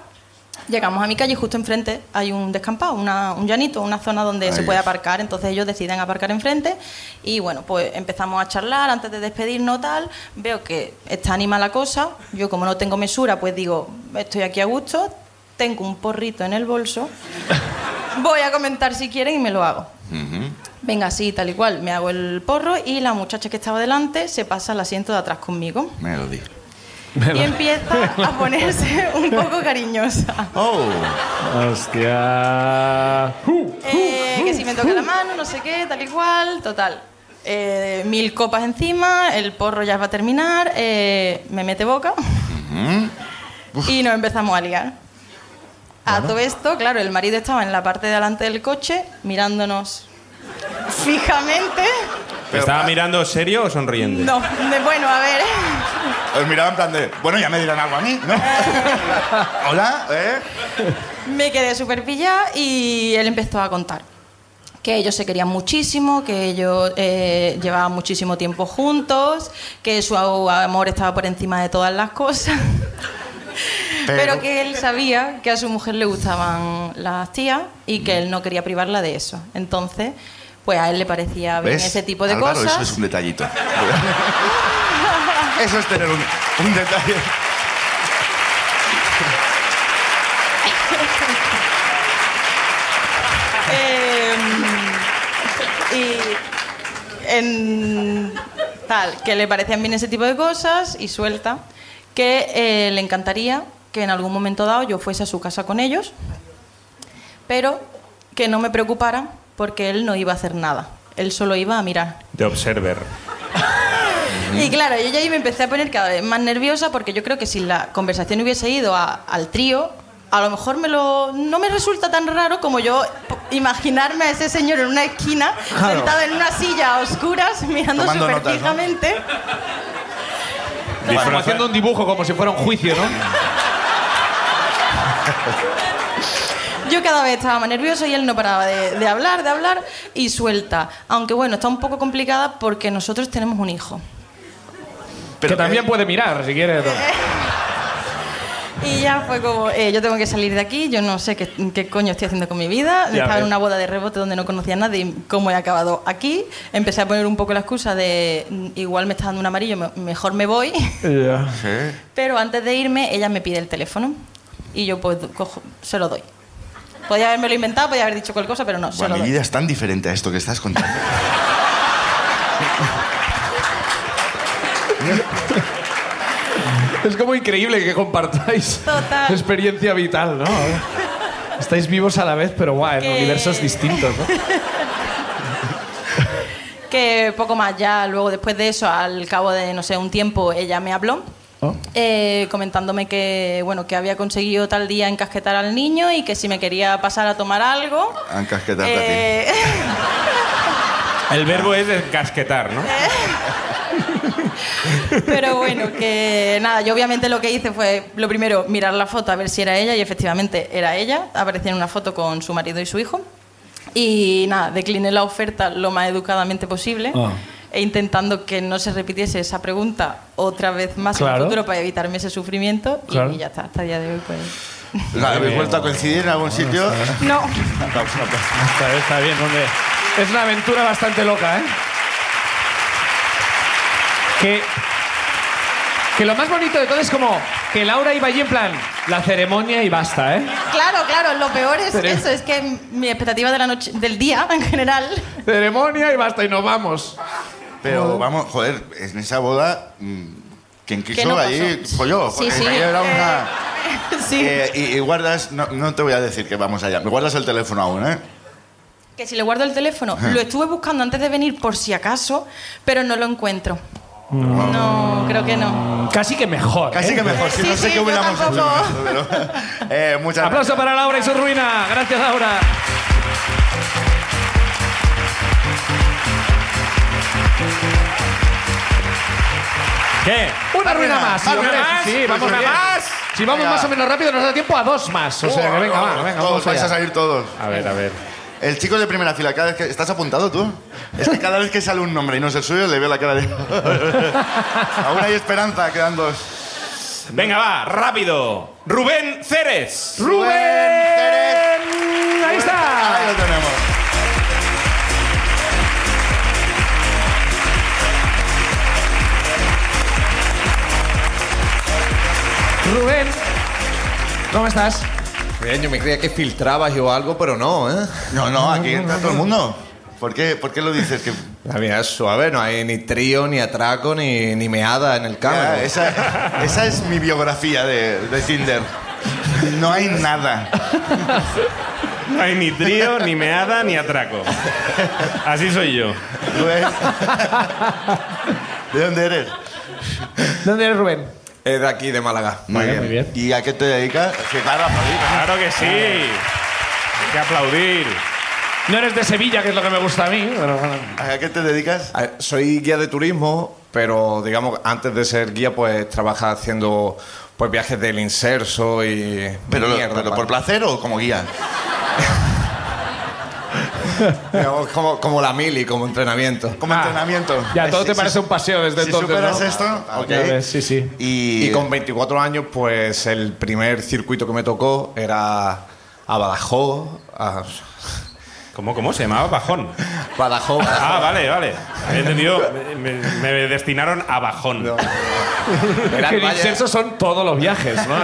Speaker 8: Llegamos a mi calle y justo enfrente hay un descampado, una- un llanito, una zona donde se
Speaker 1: Ahí
Speaker 8: puede
Speaker 1: es.
Speaker 8: aparcar, entonces ellos deciden aparcar enfrente y bueno, pues empezamos a charlar antes de despedirnos tal, veo que está anima la cosa, yo como no tengo mesura, pues digo, estoy aquí a gusto, tengo un porrito en el bolso, voy a comentar si quieren y me lo hago. Venga, sí, tal y cual. Me hago el porro y la muchacha que estaba delante se pasa al asiento de atrás conmigo
Speaker 1: Melody.
Speaker 8: y empieza *laughs* a ponerse un poco cariñosa.
Speaker 1: Oh.
Speaker 2: Hostia. Uh.
Speaker 8: Eh, que si me toca la mano, no sé qué, tal y cual, total. Eh, mil copas encima, el porro ya va a terminar, eh, me mete boca y nos empezamos a liar. A todo esto, claro, el marido estaba en la parte de delante del coche mirándonos fijamente.
Speaker 1: Pero
Speaker 3: ¿Estaba
Speaker 1: pa-
Speaker 3: mirando serio o sonriente?
Speaker 8: No, de bueno, a ver.
Speaker 1: Os miraba en plan de, bueno, ya me dirán algo a mí, ¿no? Hola, ¿eh?
Speaker 8: Me quedé súper pillada y él empezó a contar que ellos se querían muchísimo, que ellos eh, llevaban muchísimo tiempo juntos, que su amor estaba por encima de todas las cosas, *laughs* pero,
Speaker 1: Pero-
Speaker 8: que él sabía que a su mujer le gustaban las tías y que él no quería privarla de eso. Entonces, pues a él le parecía bien ese tipo de
Speaker 1: Álvaro,
Speaker 8: cosas.
Speaker 1: Eso es un detallito. *laughs*
Speaker 8: *laughs*
Speaker 1: eso es tener un, un detalle.
Speaker 8: Eh, y en tal, que le parecían bien ese tipo de cosas y suelta que eh, le encantaría que en algún momento dado yo fuese a su casa con ellos, pero que no me preocupara porque él no iba a hacer nada, él solo iba a mirar.
Speaker 3: De observer.
Speaker 1: Mm.
Speaker 8: Y claro, yo ya ahí me empecé a poner cada vez más nerviosa porque yo creo que si la conversación hubiese ido a- al trío, a lo mejor me lo, no me resulta tan raro como yo p- imaginarme a ese señor en una esquina, sentado en una silla a oscuras, mirando
Speaker 1: Tomando
Speaker 8: súper
Speaker 1: notas, ¿no?
Speaker 8: fijamente.
Speaker 2: Como haciendo un *laughs* dibujo, como si fuera un juicio, ¿no?
Speaker 8: Yo Yo cada vez estaba más nerviosa y él no paraba de, de hablar, de hablar y suelta. Aunque bueno, está un poco complicada porque nosotros tenemos un hijo.
Speaker 2: que también puede mirar, si quiere.
Speaker 8: Y ya fue como, eh, yo tengo que salir de aquí, yo no sé qué, qué coño estoy haciendo con mi vida.
Speaker 2: Ya
Speaker 8: Estaba
Speaker 2: ves.
Speaker 8: en una boda de rebote donde no conocía a nadie, ¿cómo he acabado aquí? Empecé a poner un poco la excusa de, mm, igual me está dando un amarillo, me- mejor me voy. *laughs*
Speaker 1: Sí.
Speaker 8: Pero antes de irme, ella me pide el teléfono y yo pues cojo- se lo doy. Podía haberme lo inventado, podía haber dicho cualquier cosa, pero no, se
Speaker 1: Buah,
Speaker 8: lo
Speaker 1: mi
Speaker 8: doy.
Speaker 1: vida es tan diferente a esto que estás
Speaker 8: *laughs*
Speaker 1: contando.
Speaker 2: Es como increíble que compartáis
Speaker 8: Total.
Speaker 2: *laughs* experiencia vital, ¿no? Estáis vivos a la vez, pero guau, en
Speaker 8: Que-
Speaker 2: universos distintos, ¿no?
Speaker 8: *laughs* Que poco más ya, luego después de eso, al cabo de, no sé, un tiempo, ella me habló.
Speaker 2: Oh.
Speaker 8: eh, comentándome que bueno que había conseguido tal día encasquetar al niño y que si me quería pasar a tomar algo
Speaker 1: A encasquetarte a ti.
Speaker 8: eh,
Speaker 3: El verbo es encasquetar, ¿no?
Speaker 8: *laughs* ¿Eh? pero bueno que nada yo obviamente lo que hice fue lo primero mirar la foto a ver si era ella y efectivamente era ella aparecía en una foto con su marido y su hijo y nada decliné la oferta lo más educadamente posible
Speaker 2: Ah.
Speaker 8: e intentando que no se repitiese esa pregunta otra vez más en
Speaker 2: Claro.
Speaker 8: el futuro para evitarme ese sufrimiento y-
Speaker 2: Claro.
Speaker 8: y ya está hasta el día de hoy pues
Speaker 1: La- ¿Habéis vuelto a coincidir en algún sitio?
Speaker 8: no
Speaker 2: Está, bien, está bien, hombre. Es una aventura bastante loca, ¿eh? Que, que lo más bonito de todo es como que Laura iba allí en plan, la ceremonia y basta, ¿eh?
Speaker 8: Claro, claro, lo peor es
Speaker 2: Pero-
Speaker 8: eso, es que mi expectativa de la noche, del día *laughs* en general.
Speaker 2: Ceremonia y basta y nos vamos.
Speaker 1: Pero vamos, joder, en esa boda, mm, quien quiso
Speaker 8: no pasó?
Speaker 1: ahí, folló.
Speaker 8: Sí,
Speaker 1: porque
Speaker 8: sí.
Speaker 1: ahí era una-
Speaker 8: *laughs* sí.
Speaker 1: Eh, y, y guardas, no, no te voy a decir que vamos allá, me guardas el teléfono aún, ¿eh?
Speaker 8: Que si le guardo el teléfono, lo estuve buscando antes de venir por si acaso, pero no lo encuentro. No, creo que no.
Speaker 2: Mm, Casi que mejor.
Speaker 1: Casi
Speaker 2: ¿eh?
Speaker 1: que mejor, si
Speaker 8: Sí,
Speaker 1: no sé
Speaker 8: sí,
Speaker 1: qué
Speaker 8: yo
Speaker 1: hubiéramos hecho.
Speaker 8: tampoco.
Speaker 1: con esto, pero- eh, muchas
Speaker 2: Aplauso para Laura y su ruina. Gracias, Laura.
Speaker 3: ¿Qué?
Speaker 2: Una ruina más.
Speaker 1: ¿Una
Speaker 2: hombre.
Speaker 1: más?
Speaker 2: Sí,
Speaker 1: Pues
Speaker 2: vamos
Speaker 1: muy
Speaker 2: a
Speaker 1: bien.
Speaker 2: más. Si vamos
Speaker 1: Venga.
Speaker 2: más o menos rápido, nos da tiempo a dos más. O sea, que venga, va, venga,
Speaker 1: Todos
Speaker 2: vamos
Speaker 1: vais a
Speaker 2: allá.
Speaker 1: salir todos.
Speaker 3: A ver, a ver.
Speaker 1: El chico de primera fila, cada vez que... ¿Estás apuntado tú? Es que cada vez que sale un nombre y no es el suyo, le veo la cara de... *laughs* aún hay esperanza, quedan dos.
Speaker 3: Venga, va, rápido. Rubén Ceres.
Speaker 2: Rubén.
Speaker 1: Pérez.
Speaker 2: Ahí
Speaker 1: Ahí lo
Speaker 2: está.
Speaker 1: tenemos.
Speaker 2: Rubén. ¿Cómo estás?
Speaker 9: Bien, yo me creía que filtrabas yo algo, pero no, ¿eh?
Speaker 1: No, no, aquí está todo el mundo. ¿Por qué, por qué lo dices? Que,
Speaker 9: La vida es suave, no hay ni trío, ni atraco, ni, ni meada en el campo.
Speaker 1: Ya, esa, esa es mi biografía de, de Tinder. No hay nada.
Speaker 3: No hay ni trío, ni meada, ni atraco. Así soy yo.
Speaker 1: Rubén. ¿De dónde eres?
Speaker 2: ¿Dónde eres, Rubén?
Speaker 9: Es de aquí, de Málaga.
Speaker 2: muy bien.
Speaker 1: ¿Y a qué te dedicas? Sí, claro, a aplaudir.
Speaker 3: Claro que sí. Hay que aplaudir.
Speaker 2: No eres de Sevilla, que es lo que me gusta a mí. pero bueno.
Speaker 1: ¿A qué te dedicas?
Speaker 9: A ver, Ah, Soy guía de turismo, pero digamos, antes de ser guía, pues trabaja haciendo pues viajes del inserso y.
Speaker 1: ¿Pero, lo-
Speaker 9: mierda,
Speaker 1: pero por
Speaker 9: vale.
Speaker 1: placer o como guía?
Speaker 9: *laughs* Digamos, como, como la mili, como entrenamiento.
Speaker 1: Como
Speaker 2: Ah,
Speaker 1: entrenamiento.
Speaker 2: Ya, todo
Speaker 1: Si-
Speaker 2: te
Speaker 1: si-
Speaker 2: parece un paseo desde
Speaker 1: Si
Speaker 2: entonces,
Speaker 1: superas
Speaker 2: ¿no? Ah,
Speaker 1: esto, ok.
Speaker 2: Ya ves, sí, sí.
Speaker 1: Y,
Speaker 9: Y con 24 años, pues el primer circuito que me tocó era a Badajoz. A
Speaker 3: ¿Cómo, cómo se llamaba? Bajón.
Speaker 9: Badajoz.
Speaker 3: Ah, vale, vale. Había entendido. Me, me destinaron a Bajón.
Speaker 9: Era
Speaker 2: que
Speaker 9: el
Speaker 2: el
Speaker 9: Valle-
Speaker 2: inserso son todos los viajes,
Speaker 9: *laughs*
Speaker 2: ¿no?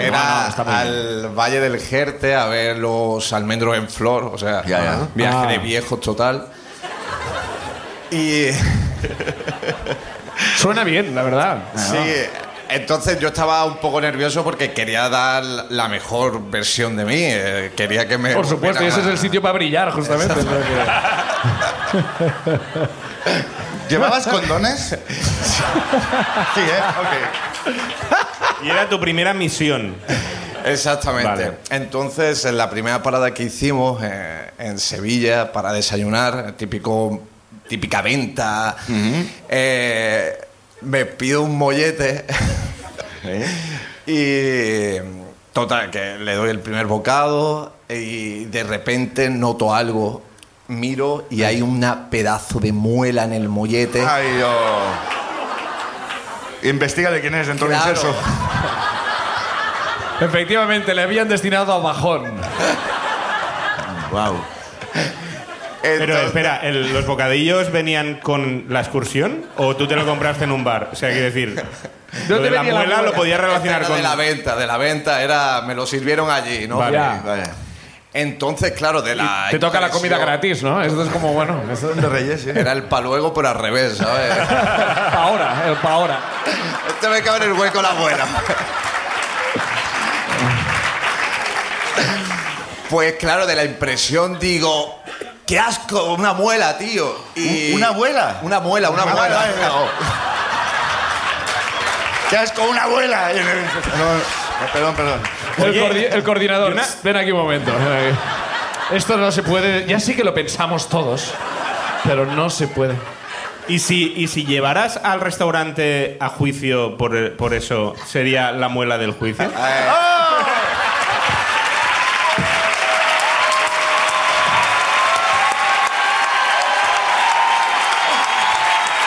Speaker 9: Era
Speaker 2: No, no, está muy bien.
Speaker 9: al Valle del Jerte a ver los almendros en flor, o sea,
Speaker 1: Ya, ya.
Speaker 9: viaje
Speaker 2: Ah.
Speaker 9: de viejos total. Y
Speaker 2: *laughs* Suena bien, la verdad. Ah.
Speaker 9: sí, entonces yo estaba un poco nervioso porque quería dar la mejor versión de mí, eh, quería que me...
Speaker 2: Por supuesto, y ese es el sitio para brillar, justamente. ¿no? Que-
Speaker 1: ¿Llevabas condones? sí, ¿eh? Ok.
Speaker 3: Y era tu primera misión.
Speaker 9: Exactamente.
Speaker 3: Vale.
Speaker 9: Entonces, en la primera parada que hicimos eh, en Sevilla para desayunar, típico, típica venta, eh, me pido un
Speaker 3: *laughs*
Speaker 9: mollete
Speaker 3: ¿Eh?
Speaker 9: y total, que le doy el primer bocado y de repente noto algo. Miro y hay una pedazo de muela en el mollete.
Speaker 1: Ay, yo. Investiga de quién es dentro del
Speaker 9: Claro.
Speaker 1: inserso.
Speaker 2: Efectivamente, le habían destinado a bajón.
Speaker 1: Wow.
Speaker 3: Pero espera, el- ¿los bocadillos venían con la excursión o tú te lo compraste en un bar? O sea, quiero
Speaker 2: *laughs*
Speaker 3: decir, lo
Speaker 2: te
Speaker 3: de la
Speaker 2: venía la
Speaker 3: muela lo
Speaker 2: muela?
Speaker 3: podías relacionar
Speaker 9: Era
Speaker 3: con...
Speaker 9: de la venta, de la venta, era me lo sirvieron allí, ¿no?
Speaker 3: Vale.
Speaker 2: Ya.
Speaker 1: Vale.
Speaker 9: Entonces, claro, de la
Speaker 2: Te toca la comida
Speaker 9: impresión,
Speaker 2: gratis, ¿no? Eso es como, bueno, eso-
Speaker 1: De Reyes, ¿eh?
Speaker 9: Era el paluego pero al revés, ¿sabes?
Speaker 2: *laughs* pa' ahora, eh, pa' ahora.
Speaker 9: este me cabe en el hueco la buena. pues claro, de la impresión digo, qué asco, una muela, tío. Y
Speaker 1: ¿Una muela?
Speaker 9: Una muela, una eh.
Speaker 1: Ah,
Speaker 9: muela.
Speaker 1: vale, vale, vale. ¡Qué asco, una abuela! No, no, perdón, perdón.
Speaker 2: El,
Speaker 3: Oye,
Speaker 2: coordi- el coordinador.
Speaker 3: y una-
Speaker 2: Ven aquí un momento. ven aquí. Esto no se puede. Ya sí que lo pensamos todos, pero no se puede.
Speaker 3: ¿Y, si, ¿Y si llevaras al restaurante a juicio por, por eso, sería la muela del juicio?
Speaker 2: Ah,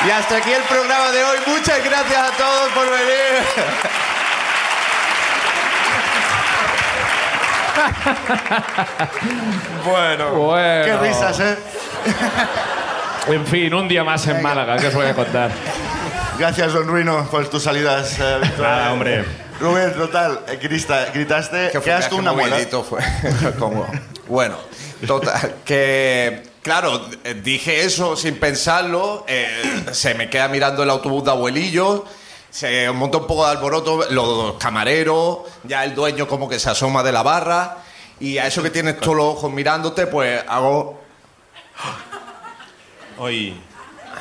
Speaker 9: Y hasta aquí el programa de hoy. Muchas gracias a todos por venir.
Speaker 1: Bueno,
Speaker 2: Bueno.
Speaker 1: qué risas, ¿eh?
Speaker 2: En fin, un día más en Málaga, que os voy a contar.
Speaker 1: Gracias, don Ruino, por tus salidas. eh, habituales.
Speaker 3: Nada, hombre.
Speaker 1: Rubén, total, eh, grita- gritaste,
Speaker 9: que fue
Speaker 1: ¿qué
Speaker 9: un
Speaker 1: asco,
Speaker 9: viaje
Speaker 1: una
Speaker 9: muy
Speaker 1: abuela?
Speaker 9: bonito, fue *laughs* como- bueno, total, que claro, eh, dije eso sin pensarlo, eh, se me queda mirando el autobús de abuelillo, se monta un poco de alboroto, los camareros, ya el dueño como que se asoma de la barra, y a eso que tienes todos los ojos mirándote, pues hago... *gasps*
Speaker 3: Hoy...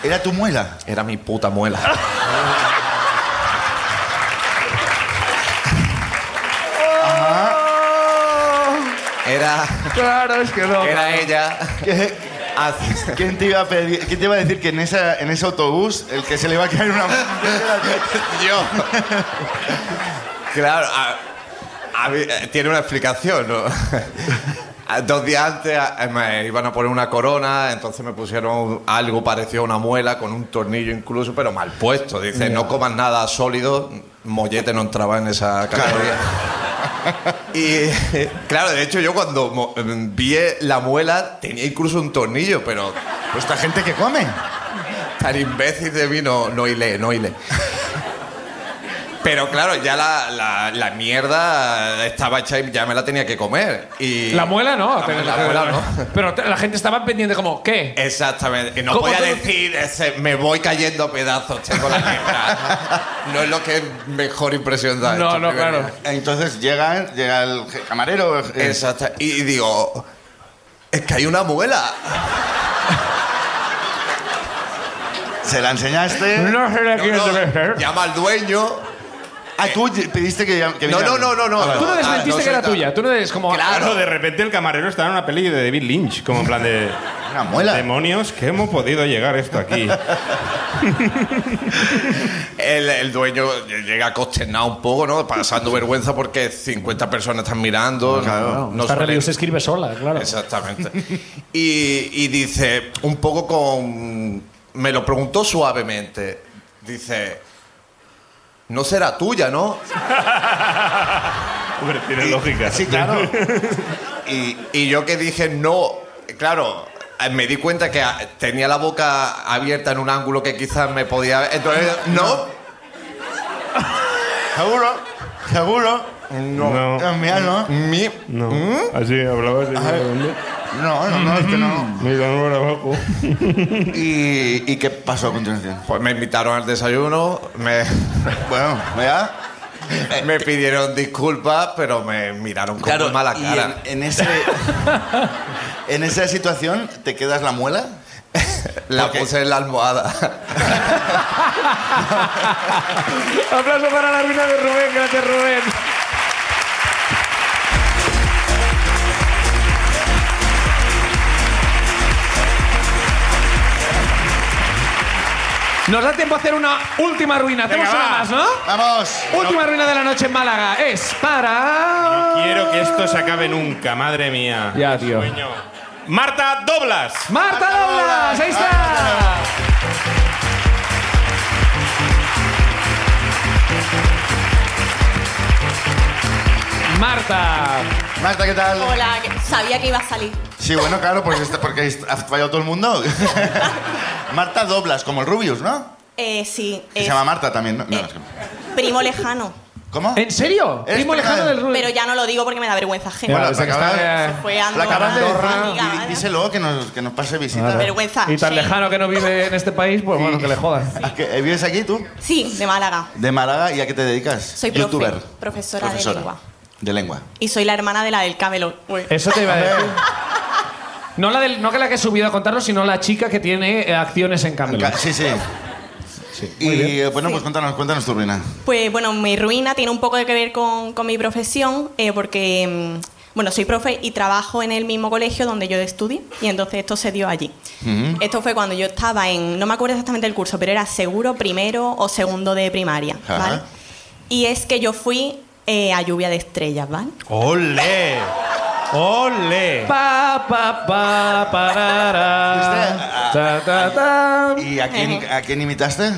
Speaker 1: ¿Era tu muela?
Speaker 9: Era mi puta muela.
Speaker 1: Ah.
Speaker 9: Era,
Speaker 2: Claro, es que no.
Speaker 9: era ella.
Speaker 1: ¿Qué- Ah,
Speaker 9: Haz-
Speaker 1: ¿Quién te, iba a pedir- quién te iba a decir que en, esa, en ese autobús el que se le va a caer una
Speaker 9: Yo. Claro, a- a mí- eh, tiene una explicación, ¿no? *laughs* A- Dos días antes a- eh, me iban a poner una corona, entonces me pusieron algo parecido a una muela, con un tornillo incluso, pero mal puesto. Dice, no comas nada sólido, mollete no entraba en esa categoría. Y claro, de hecho yo cuando mo- em, vi eh, la muela tenía incluso un tornillo, pero
Speaker 1: Pues esta gente que come.
Speaker 9: Tan imbécil de mí no, no hilé, no hilé. Pero claro, ya la, la- la mierda estaba hecha y ya me la tenía que comer. Y
Speaker 2: La muela no.
Speaker 9: La,
Speaker 2: pero-
Speaker 9: la muela no.
Speaker 2: Pero te- la gente estaba pendiente como, ¿qué?
Speaker 9: Exactamente. Y no
Speaker 2: ¿Cómo
Speaker 9: podía
Speaker 2: tú no-
Speaker 9: decir, ese, me voy cayendo a pedazos, tengo la mierda. no es lo que mejor impresión da.
Speaker 2: No,
Speaker 9: esto,
Speaker 2: no,
Speaker 9: primer
Speaker 2: claro.
Speaker 9: día.
Speaker 1: Entonces llega, llega el je- camarero. eh,
Speaker 9: Exacto. Y digo, es que hay una muela.
Speaker 1: Se la enseñaste.
Speaker 2: No se le
Speaker 9: No,
Speaker 2: quiere
Speaker 9: no,
Speaker 2: meter.
Speaker 9: llama al dueño.
Speaker 1: Ah, tú pediste que, llam- que
Speaker 9: No, no,
Speaker 1: vinieran.
Speaker 9: no, no, no.
Speaker 2: Tú no
Speaker 9: Ah,
Speaker 2: desmentiste que era
Speaker 9: soy tan-
Speaker 2: tuya. Tú no eres como.
Speaker 9: Claro.
Speaker 3: Claro, de repente el camarero está en una peli de David Lynch, como en plan de...
Speaker 1: Una muela.
Speaker 3: Demonios, que hemos podido llegar esto aquí?
Speaker 9: El, el dueño llega consternado un poco, ¿no? Pasando vergüenza porque 50 personas están mirando. no, no
Speaker 2: Esta
Speaker 9: suele-
Speaker 2: religión se escribe sola, claro.
Speaker 9: Exactamente. Y, y dice, un poco con... Me lo preguntó suavemente. Dice, no será tuya, ¿no?
Speaker 3: *laughs* Hombre, tiene lógica. *laughs*
Speaker 1: Sí, claro.
Speaker 9: Y, y yo que dije, no, claro, eh, me di cuenta que ah, tenía la boca abierta en un ángulo que quizás me podía... Entonces, no,
Speaker 1: Seguro, seguro.
Speaker 3: No.
Speaker 1: No, Ah,
Speaker 3: No.
Speaker 1: mira, no.
Speaker 9: mi...
Speaker 3: Así, hablaba así.
Speaker 1: No, no, no, es que
Speaker 9: Mm.
Speaker 1: no.
Speaker 3: Mira, no era abajo.
Speaker 1: *laughs* ¿Y, y qué pasó a continuación?
Speaker 9: Pues me invitaron al desayuno, me... *laughs*
Speaker 1: Bueno, vea. Eh,
Speaker 9: Me pidieron disculpas, pero me miraron con muy mala
Speaker 1: y
Speaker 9: cara.
Speaker 1: En, en ese, en esa situación, ¿te quedas la muela?
Speaker 9: La
Speaker 1: ¿Por qué?
Speaker 9: puse en la almohada.
Speaker 2: *laughs* Aplauso para la ruina de Rubén. Gracias, Rubén. Nos da tiempo a hacer una última ruina. Hacemos
Speaker 3: Venga,
Speaker 2: una
Speaker 3: va.
Speaker 2: más, ¿no?
Speaker 1: Vamos.
Speaker 2: Última ruina de la noche en Málaga es para.
Speaker 3: Quiero que esto se acabe nunca, madre mía.
Speaker 2: Ya, tío.
Speaker 3: Sueño. Marta Doblas.
Speaker 2: Marta Doblas, ahí está. Marta.
Speaker 1: Marta, ¿qué tal?
Speaker 8: Hola, que- sabía que iba a salir.
Speaker 1: Sí, bueno, claro, pues esta- porque est- ha fallado todo el
Speaker 6: *laughs*
Speaker 1: mundo. Marta Doblas, como el Rubius, ¿no?
Speaker 6: Eh, sí.
Speaker 1: Que
Speaker 6: es
Speaker 1: Se llama Marta también, ¿no? No,
Speaker 6: Eh.
Speaker 1: es que-
Speaker 6: Primo lejano.
Speaker 1: ¿Cómo?
Speaker 2: ¿En serio?
Speaker 1: Eres
Speaker 2: Primo
Speaker 1: prima
Speaker 2: lejano
Speaker 1: de-
Speaker 2: del Rubio.
Speaker 6: Pero ya no lo digo porque me da vergüenza *laughs* ajena.
Speaker 1: Este Bueno,
Speaker 2: o sea,
Speaker 1: la
Speaker 2: que está,
Speaker 1: acabas-
Speaker 2: eh,
Speaker 6: Fue Andorra.
Speaker 1: La acabas de
Speaker 6: Andorra.
Speaker 1: decir. Di- Díselo, que nos, que nos pase visita.
Speaker 6: Vergüenza.
Speaker 2: Y tan
Speaker 6: sí.
Speaker 2: lejano que no vive en este país, pues bueno, que le jodan.
Speaker 1: ¿A qué- eh, ¿Vives aquí tú?
Speaker 6: Sí, de Málaga.
Speaker 1: De Málaga, ¿y a qué te dedicas?
Speaker 6: Soy profe,
Speaker 1: Youtuber.
Speaker 6: profesora de lengua.
Speaker 1: De lengua.
Speaker 6: Y soy la hermana de la del Camelot. Ué.
Speaker 2: Eso te iba a decir. No, la del, no que la que he subido a contarlo, sino la chica que tiene eh, acciones en cambio.
Speaker 1: Ca- Sí, sí. y eh, bueno, pues cuéntanos, cuéntanos tu ruina.
Speaker 6: *laughs* Pues bueno, mi ruina tiene un poco de que ver con, con mi profesión, eh, porque, mm, bueno, soy profe y trabajo en el mismo colegio donde yo estudié, y entonces esto se dio allí. Esto fue cuando yo estaba en, no me acuerdo exactamente el curso, pero era seguro primero o segundo de primaria,
Speaker 1: Ajá.
Speaker 6: ¿vale? Y es que yo fui eh, a lluvia de estrellas, ¿vale?
Speaker 3: ¡Ole! ¡Ole!
Speaker 2: Pa, pa, pa, parara, ta, ta, ta.
Speaker 1: Ah, ¿Y a quién, a quién imitaste?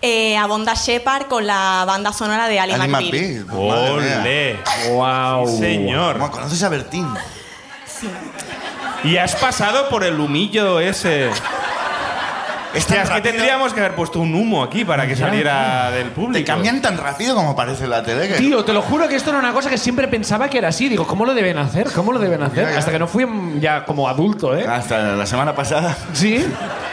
Speaker 6: Eh, a Bonda Shepard con la banda sonora de Ali
Speaker 1: Ally
Speaker 6: McBeal.
Speaker 1: McBeal. Madre mía.
Speaker 3: ¡Ole!
Speaker 2: Wow.
Speaker 1: Bueno,
Speaker 3: Señor.
Speaker 1: conoces a Bertín.
Speaker 3: Y has pasado por el humillo ese.
Speaker 1: Es
Speaker 3: Hostia,
Speaker 1: tan
Speaker 3: es que
Speaker 1: rápido.
Speaker 3: tendríamos que haber puesto un humo aquí para que saliera del público.
Speaker 1: Te cambian tan rápido como aparece en la tele. que-
Speaker 2: Tío, te lo juro que esto era una cosa que siempre pensaba que era así. Digo, ¿cómo lo deben hacer? ¿Cómo lo deben hacer?
Speaker 1: Ya, ya.
Speaker 2: Hasta que no fui mm, ya como adulto, ¿eh?
Speaker 1: Hasta la semana pasada.
Speaker 2: Sí,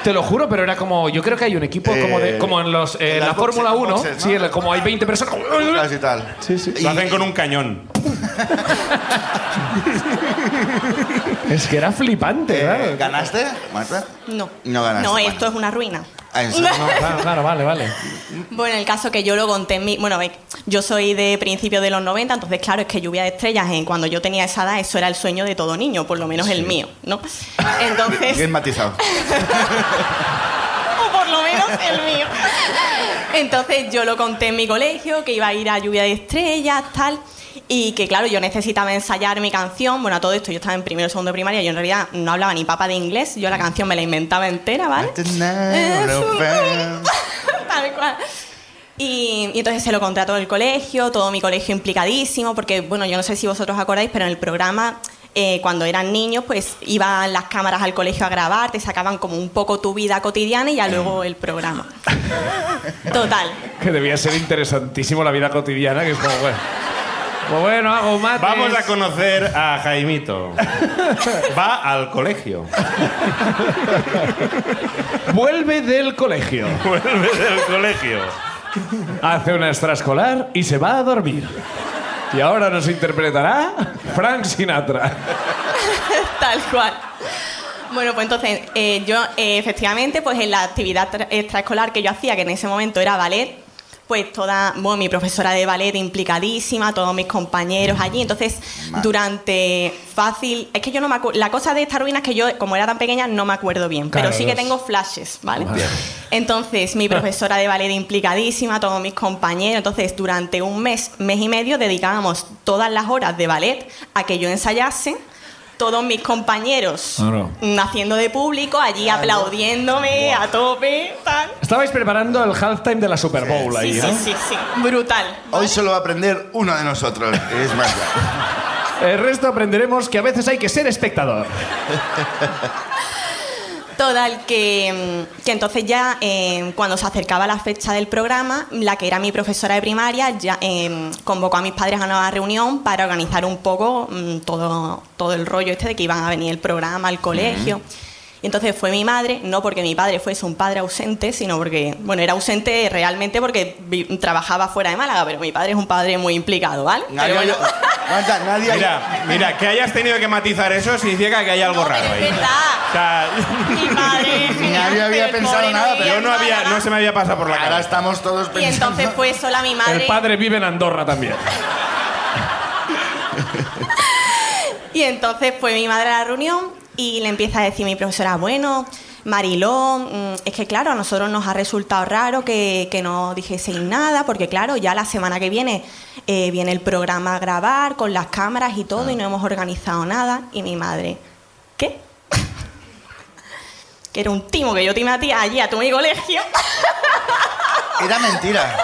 Speaker 2: te lo juro, pero era como. Yo creo que hay un equipo como, de,
Speaker 1: Eh,
Speaker 2: como en, los, eh,
Speaker 1: en
Speaker 2: la
Speaker 1: las boxes-
Speaker 2: Fórmula 1.
Speaker 1: boxes, ¿no?
Speaker 2: Sí, el- como hay 20 personas.
Speaker 1: Cosas y tal.
Speaker 2: Sí, sí.
Speaker 1: Y-
Speaker 3: Lo hacen con un cañón.
Speaker 2: Es que era flipante,
Speaker 1: eh,
Speaker 2: claro.
Speaker 1: ¿Ganaste, Marta?
Speaker 6: No.
Speaker 1: No ganaste,
Speaker 6: No,
Speaker 1: bueno.
Speaker 6: esto es una ruina.
Speaker 1: Ah, ¿en serio?
Speaker 2: Claro, claro, vale, vale.
Speaker 6: Bueno, el caso que yo lo conté en mi... Bueno, eh, yo soy de principios de los 90, entonces claro, es que Lluvia de Estrellas, eh, cuando yo tenía esa edad, eso era el sueño de todo niño, por lo menos el mío, ¿no? Entonces...
Speaker 1: Bien matizado.
Speaker 6: o por lo menos el mío. Entonces yo lo conté en mi colegio, que iba a ir a Lluvia de Estrellas, tal, y que claro, yo necesitaba ensayar mi canción. Bueno, a todo esto yo estaba en primero o segundo de primaria, yo en realidad no hablaba ni papa de inglés, yo la canción me la inventaba entera, Ah, ¿vale? Eh,
Speaker 1: Tonight, no fair.
Speaker 6: *laughs* Tal cual. Y, y entonces se lo conté a todo el colegio, todo mi colegio implicadísimo, porque, bueno, yo no sé si vosotros acordáis, pero en el programa, eh, cuando eran niños, pues iban las cámaras al colegio a grabar, te sacaban como un poco tu vida cotidiana y ya luego el programa. Total.
Speaker 2: Que debía ser interesantísimo la vida cotidiana, que es como, bueno. Pues bueno, hago mates.
Speaker 3: Vamos a conocer a Jaimito. Va al colegio.
Speaker 2: Vuelve del colegio,
Speaker 3: Vuelve del colegio.
Speaker 2: hace una extraescolar y se va a dormir. Y ahora nos interpretará Frank Sinatra.
Speaker 6: *laughs* Tal cual. Bueno, pues entonces, eh, yo eh, efectivamente, pues en la actividad tra- extraescolar que yo hacía, que en ese momento era ballet, pues toda, bueno, mi profesora de ballet implicadísima, todos mis compañeros allí. Entonces, durante fácil, es que yo no me acuerdo, la cosa de esta ruina es que yo, como era tan pequeña, no me acuerdo bien,
Speaker 2: Claro,
Speaker 6: pero sí que
Speaker 2: los-
Speaker 6: tengo flashes, ¿vale? Entonces, mi profesora de ballet implicadísima, todos mis compañeros. Entonces, durante un mes, mes y medio, dedicábamos todas las horas de ballet a que yo ensayase. Todos mis compañeros
Speaker 2: Claro.
Speaker 6: mm, haciendo de público, allí aplaudiéndome a tope, tal.
Speaker 2: Estabais preparando el halftime de la Super Bowl ahí,
Speaker 6: Sí,
Speaker 2: ¿no?
Speaker 6: sí, sí, sí. Brutal.
Speaker 1: Hoy solo va a aprender uno de nosotros. Es Marta.
Speaker 2: El resto aprenderemos que a veces hay que ser espectador.
Speaker 6: Total, que, mm, que entonces ya eh, cuando se acercaba la fecha del programa, la que era mi profesora de primaria ya eh, convocó a mis padres a una reunión para organizar un poco mm, todo, todo el rollo este de que iban a venir el programa al colegio. Y entonces fue mi madre, no porque mi padre fuese un padre ausente, sino porque, bueno, era ausente realmente porque vi- trabajaba fuera de Málaga, pero mi padre es un padre muy implicado, ¿vale?
Speaker 1: Nadie
Speaker 6: Pero bueno.
Speaker 1: *laughs* ha- Marta, nadie ha-
Speaker 3: Mira, mira, que hayas tenido que matizar eso significa que hay algo
Speaker 6: No, pero
Speaker 3: raro
Speaker 6: es
Speaker 3: ahí.
Speaker 6: verdad.
Speaker 3: O sea,
Speaker 6: Mi padre. es genial,
Speaker 1: Nadie había
Speaker 6: pero el
Speaker 1: pensado
Speaker 6: pobre
Speaker 1: nada, pero
Speaker 6: vivía
Speaker 3: yo
Speaker 6: en
Speaker 3: no había,
Speaker 6: Málaga.
Speaker 3: no se me había pasado por la
Speaker 1: Ahora
Speaker 3: cara.
Speaker 1: estamos todos
Speaker 6: Y
Speaker 1: pensando...
Speaker 6: entonces fue sola mi madre.
Speaker 2: El padre vive en Andorra también.
Speaker 6: Y entonces fue mi madre a la reunión y le empieza a decir mi profesora, bueno, Mariló, mm, es que claro, a nosotros nos ha resultado raro que, que no dijeseis nada, porque claro, ya la semana que viene eh, viene el programa a grabar con las cámaras y todo, y no hemos organizado nada. Y mi madre, ¿qué? *laughs* que era un timo que yo te metí allí a tu mi colegio. *laughs*
Speaker 1: Era mentira.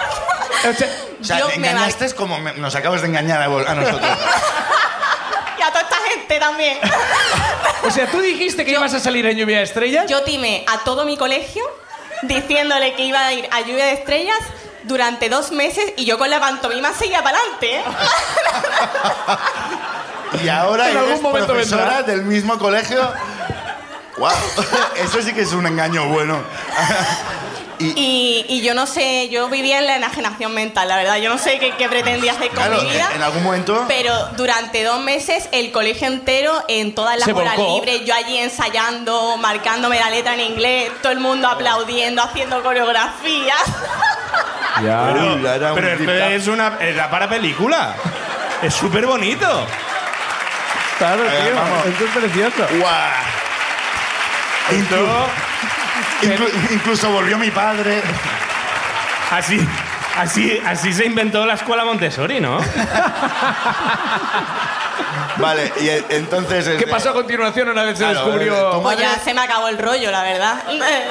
Speaker 2: O sea,
Speaker 1: O sea,
Speaker 6: Yo
Speaker 1: te
Speaker 6: me
Speaker 1: engañaste como me- nos acabas de engañar a, vol- a nosotros.
Speaker 6: y a toda esta gente también.
Speaker 2: *laughs* o sea, tú dijiste que ibas a salir en Lluvia de Estrellas.
Speaker 6: Yo timé a todo mi colegio diciéndole que iba a ir a lluvia de estrellas durante dos meses y yo con la pantomima seguía para adelante. ¿eh?
Speaker 1: Y ahora
Speaker 2: En algún
Speaker 1: eres
Speaker 2: momento
Speaker 1: profesora
Speaker 2: vendrá.
Speaker 1: del mismo colegio.
Speaker 6: *laughs*
Speaker 1: ¡Wow! Eso sí que es un engaño bueno.
Speaker 6: Y, y yo no sé, yo vivía en la enajenación mental, la verdad. Yo no sé qué, qué pretendía hacer con
Speaker 1: Claro,
Speaker 6: mi vida.
Speaker 1: en, en algún momento.
Speaker 6: Pero durante dos meses el colegio entero en todas las
Speaker 2: Se
Speaker 6: horas
Speaker 2: volcó.
Speaker 6: libres, yo allí ensayando, marcándome la letra en inglés, todo el mundo aplaudiendo, haciendo coreografías. *laughs*
Speaker 1: Uy,
Speaker 3: Pero,
Speaker 1: era un
Speaker 3: pero esto
Speaker 1: deep dive.
Speaker 3: es una. Era para película. Es súper bonito.
Speaker 10: Claro,
Speaker 1: Venga,
Speaker 10: tío.
Speaker 1: vamos.
Speaker 10: Esto es precioso.
Speaker 1: ¡Guau! Inclu-
Speaker 3: Esto,
Speaker 1: inclu- incluso volvió
Speaker 2: *laughs*
Speaker 1: mi padre.
Speaker 3: así, así, así se inventó la escuela Montessori, ¿no?
Speaker 1: Vale, y e- entonces.
Speaker 2: ¿Qué
Speaker 1: este,
Speaker 2: pasó a continuación una vez se
Speaker 1: Claro, eh,
Speaker 2: descubrió?
Speaker 1: toma-
Speaker 6: Pues ya
Speaker 1: Madre-
Speaker 6: se me acabó el rollo, la verdad.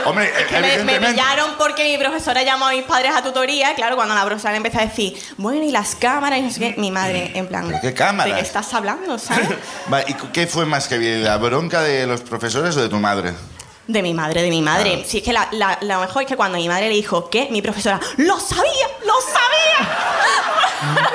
Speaker 1: Hombre,
Speaker 6: es que me- me,
Speaker 1: evidentemente.
Speaker 6: pillaron porque mi profesora llamó a mis padres a tutoría. Claro, cuando la profesora empezó a decir, bueno, y las cámaras, y no sé qué, mi madre, en plan,
Speaker 1: Mm. ¿Pero qué cámaras?
Speaker 6: ¿de qué estás hablando, sabes?
Speaker 1: Vale, ¿Y cu- qué fue más que bien? ¿La bronca de los profesores o de tu madre?
Speaker 6: De mi madre, de mi madre.
Speaker 1: Ah.
Speaker 6: Sí, es que la, la- lo mejor es que cuando mi madre le dijo, ¿qué? Mi profesora, ¡lo sabía! ¡Lo sabía!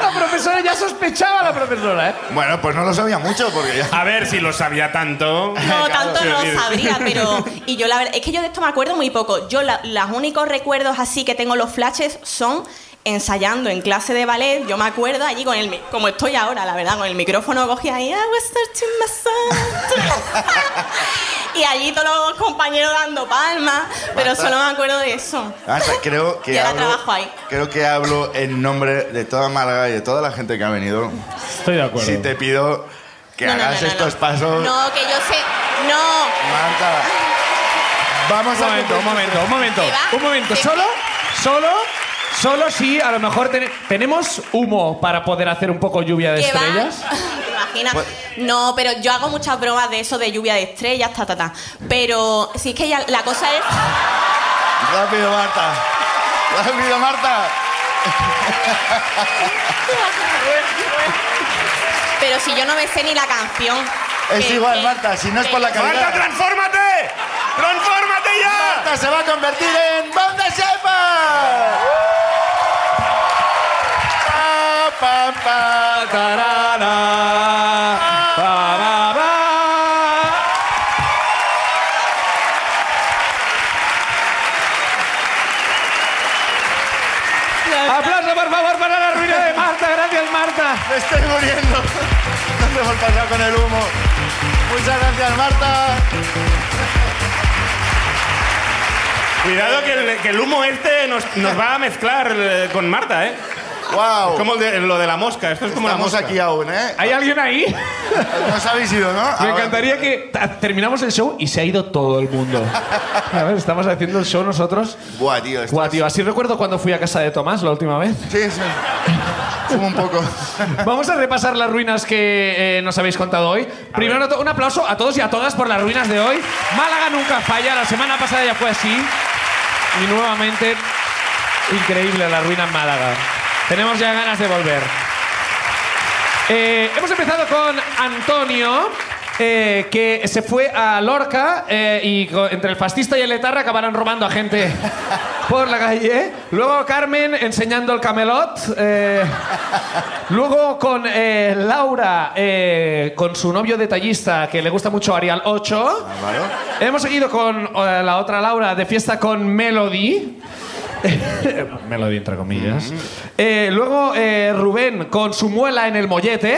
Speaker 2: La profesora ya sospechaba la profesora, ¿eh?
Speaker 1: Bueno, pues no lo sabía mucho porque ya.
Speaker 3: A ver si lo sabía tanto.
Speaker 6: No, tanto no
Speaker 3: Sí,
Speaker 6: lo sabría, pero. Y yo la verdad. Es que yo de esto me acuerdo muy poco. Yo, la- los únicos recuerdos así que tengo los flashes son ensayando en clase de ballet. Yo me acuerdo allí con el. mi- Como estoy ahora, la verdad, con el micrófono cogí ahí. "I was searching my soul". *laughs* y allí todos los compañeros dando palmas. Pero solo me acuerdo de eso.
Speaker 1: Ah, o sea,
Speaker 6: *laughs*
Speaker 1: creo que
Speaker 6: Y ahora
Speaker 1: hablo,
Speaker 6: trabajo ahí.
Speaker 1: creo que hablo en nombre de toda Málaga y de toda la gente que ha venido.
Speaker 10: Estoy de acuerdo.
Speaker 1: Si te pido que
Speaker 6: No, no, no,
Speaker 1: hagas
Speaker 6: no, no.
Speaker 1: estos pasos,
Speaker 6: No, que yo sé. No.
Speaker 1: Marta. Vamos
Speaker 2: Un
Speaker 1: a
Speaker 2: momento, un momento, un momento.
Speaker 6: Te va,
Speaker 2: Un momento.
Speaker 6: te-
Speaker 2: Solo, solo, solo si a lo mejor ten- tenemos humo para poder hacer un poco lluvia de
Speaker 6: que va- *laughs*
Speaker 2: estrellas.
Speaker 6: ¿Te imaginas?
Speaker 1: Pues-
Speaker 6: No, pero yo hago muchas bromas de eso, de lluvia de estrellas, ta, ta, ta. Pero si es que ya la cosa es.
Speaker 1: Ah, Rápido, Marta. Rápido, Marta.
Speaker 6: Pero si yo no me sé ni la canción.
Speaker 1: Es
Speaker 6: Que-
Speaker 1: igual,
Speaker 6: que-
Speaker 1: Marta, si no es por la
Speaker 6: que-
Speaker 1: calidad.
Speaker 3: ¡Marta, transfórmate! ¡Transfórmate ya!
Speaker 1: Marta se va a convertir en Banda Shepherd. Pa, pa, pa, tarara, pa, ra, ra.
Speaker 2: Aplauso, por favor, para la ruina de Marta. Gracias, Marta.
Speaker 1: Me estoy muriendo. *laughs* Nos hemos pasado con el humo. Muchas gracias, Marta.
Speaker 3: Cuidado que el, que el humo este nos, nos va a mezclar eh, con Marta, ¿eh?
Speaker 1: Wow.
Speaker 3: Es como el de- lo de la mosca. Esto es como la
Speaker 1: Estamos
Speaker 3: mosca.
Speaker 1: aquí aún, ¿eh?
Speaker 2: ¿Hay alguien ahí?
Speaker 1: No os habéis ido, ¿no?
Speaker 2: Me
Speaker 1: Ahora-
Speaker 2: encantaría que ta- terminamos el show y se ha ido todo el mundo. A ver, estamos haciendo el show nosotros.
Speaker 1: Buah, tío. esto
Speaker 2: Guau,
Speaker 1: es-
Speaker 2: tío, así recuerdo cuando fui a casa de Tomás la última vez.
Speaker 1: Sí, sí. Fumo un poco.
Speaker 2: *laughs* Vamos a repasar las ruinas que eh, nos habéis contado hoy. Primero, to- un aplauso a todos y a todas por las ruinas de hoy. Málaga nunca falla, la semana pasada ya fue así. Y nuevamente, increíble la ruina en Málaga. Tenemos ya ganas de volver. Eh, hemos empezado con Antonio, eh, que se fue a Lorca eh, y co- entre el fascista y el etarra acabarán robando a gente por la calle. Luego Carmen enseñando el camelot. eh, luego con eh, Laura, eh, con su novio detallista, que le gusta mucho Arial 8.
Speaker 1: Claro.
Speaker 2: Hemos seguido con eh, la otra Laura de fiesta con Melody. Melody entre comillas.
Speaker 1: Mm-hmm.
Speaker 2: Eh, luego eh, Rubén con su muela en el
Speaker 1: *laughs*
Speaker 2: mollete.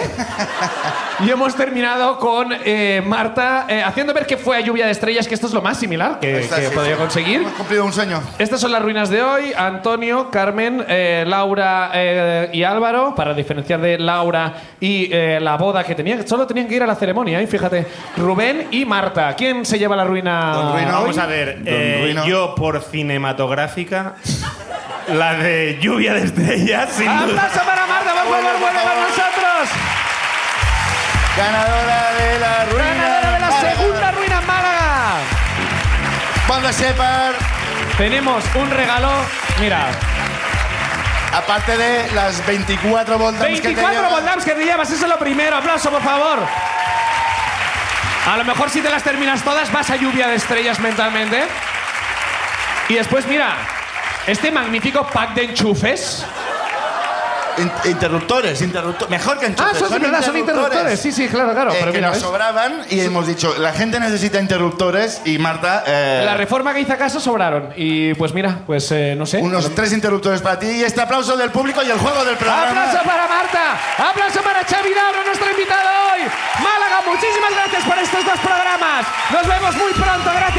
Speaker 2: y hemos terminado con eh, Marta eh, haciendo ver que fue a lluvia de estrellas, que esto es lo más similar que,
Speaker 1: Está,
Speaker 2: que
Speaker 1: sí,
Speaker 2: podría
Speaker 1: sí.
Speaker 2: conseguir.
Speaker 1: Hemos cumplido un sueño.
Speaker 2: Estas son las ruinas de hoy. Antonio, Carmen, eh, Laura eh, y Álvaro, para diferenciar de Laura y eh, la boda que tenían. Solo tenían que ir a la ceremonia, ¿eh? fíjate. Rubén y Marta. ¿Quién se lleva la ruina?
Speaker 1: Don Ruino.
Speaker 3: Ah, Vamos a ver,
Speaker 1: Don
Speaker 3: eh,
Speaker 1: Ruino.
Speaker 3: yo por cinematográfica, la de Lluvia de Estrellas, sin duda.
Speaker 2: ¡Aplauso para Marta! ¡Por favor, vuelve con nosotros!
Speaker 1: Ganadora de la ruina.
Speaker 2: ¡Ganadora de la segunda ruina en Málaga!
Speaker 1: Cuando sepan,
Speaker 2: Tenemos un regalo. Mira,
Speaker 1: aparte de las 24 voltas que te
Speaker 2: 24
Speaker 1: llevas-
Speaker 2: Boldams que te llevas, eso es lo primero. Aplauso, por favor. A lo mejor si te las terminas todas vas a lluvia de estrellas mentalmente. Y después, mira, este magnífico pack de enchufes.
Speaker 1: In- interruptores, interruptores. Mejor que enchufes.
Speaker 2: Ah, son, verdad, son interruptores. Sí, sí, claro, claro.
Speaker 1: Eh,
Speaker 2: pero
Speaker 1: que
Speaker 2: mira,
Speaker 1: nos
Speaker 2: ¿ves?
Speaker 1: sobraban y hemos dicho, la gente necesita interruptores y Marta, eh,
Speaker 2: La reforma que hizo acaso sobraron. Y pues mira, pues eh, no sé.
Speaker 1: unos tres interruptores para ti y este aplauso del público y el juego del programa.
Speaker 2: ¡Aplauso para Marta! ¡Aplauso para Xavi Lauro, nuestro invitado hoy! Málaga, muchísimas gracias por estos dos programas. Nos vemos muy pronto. Gracias.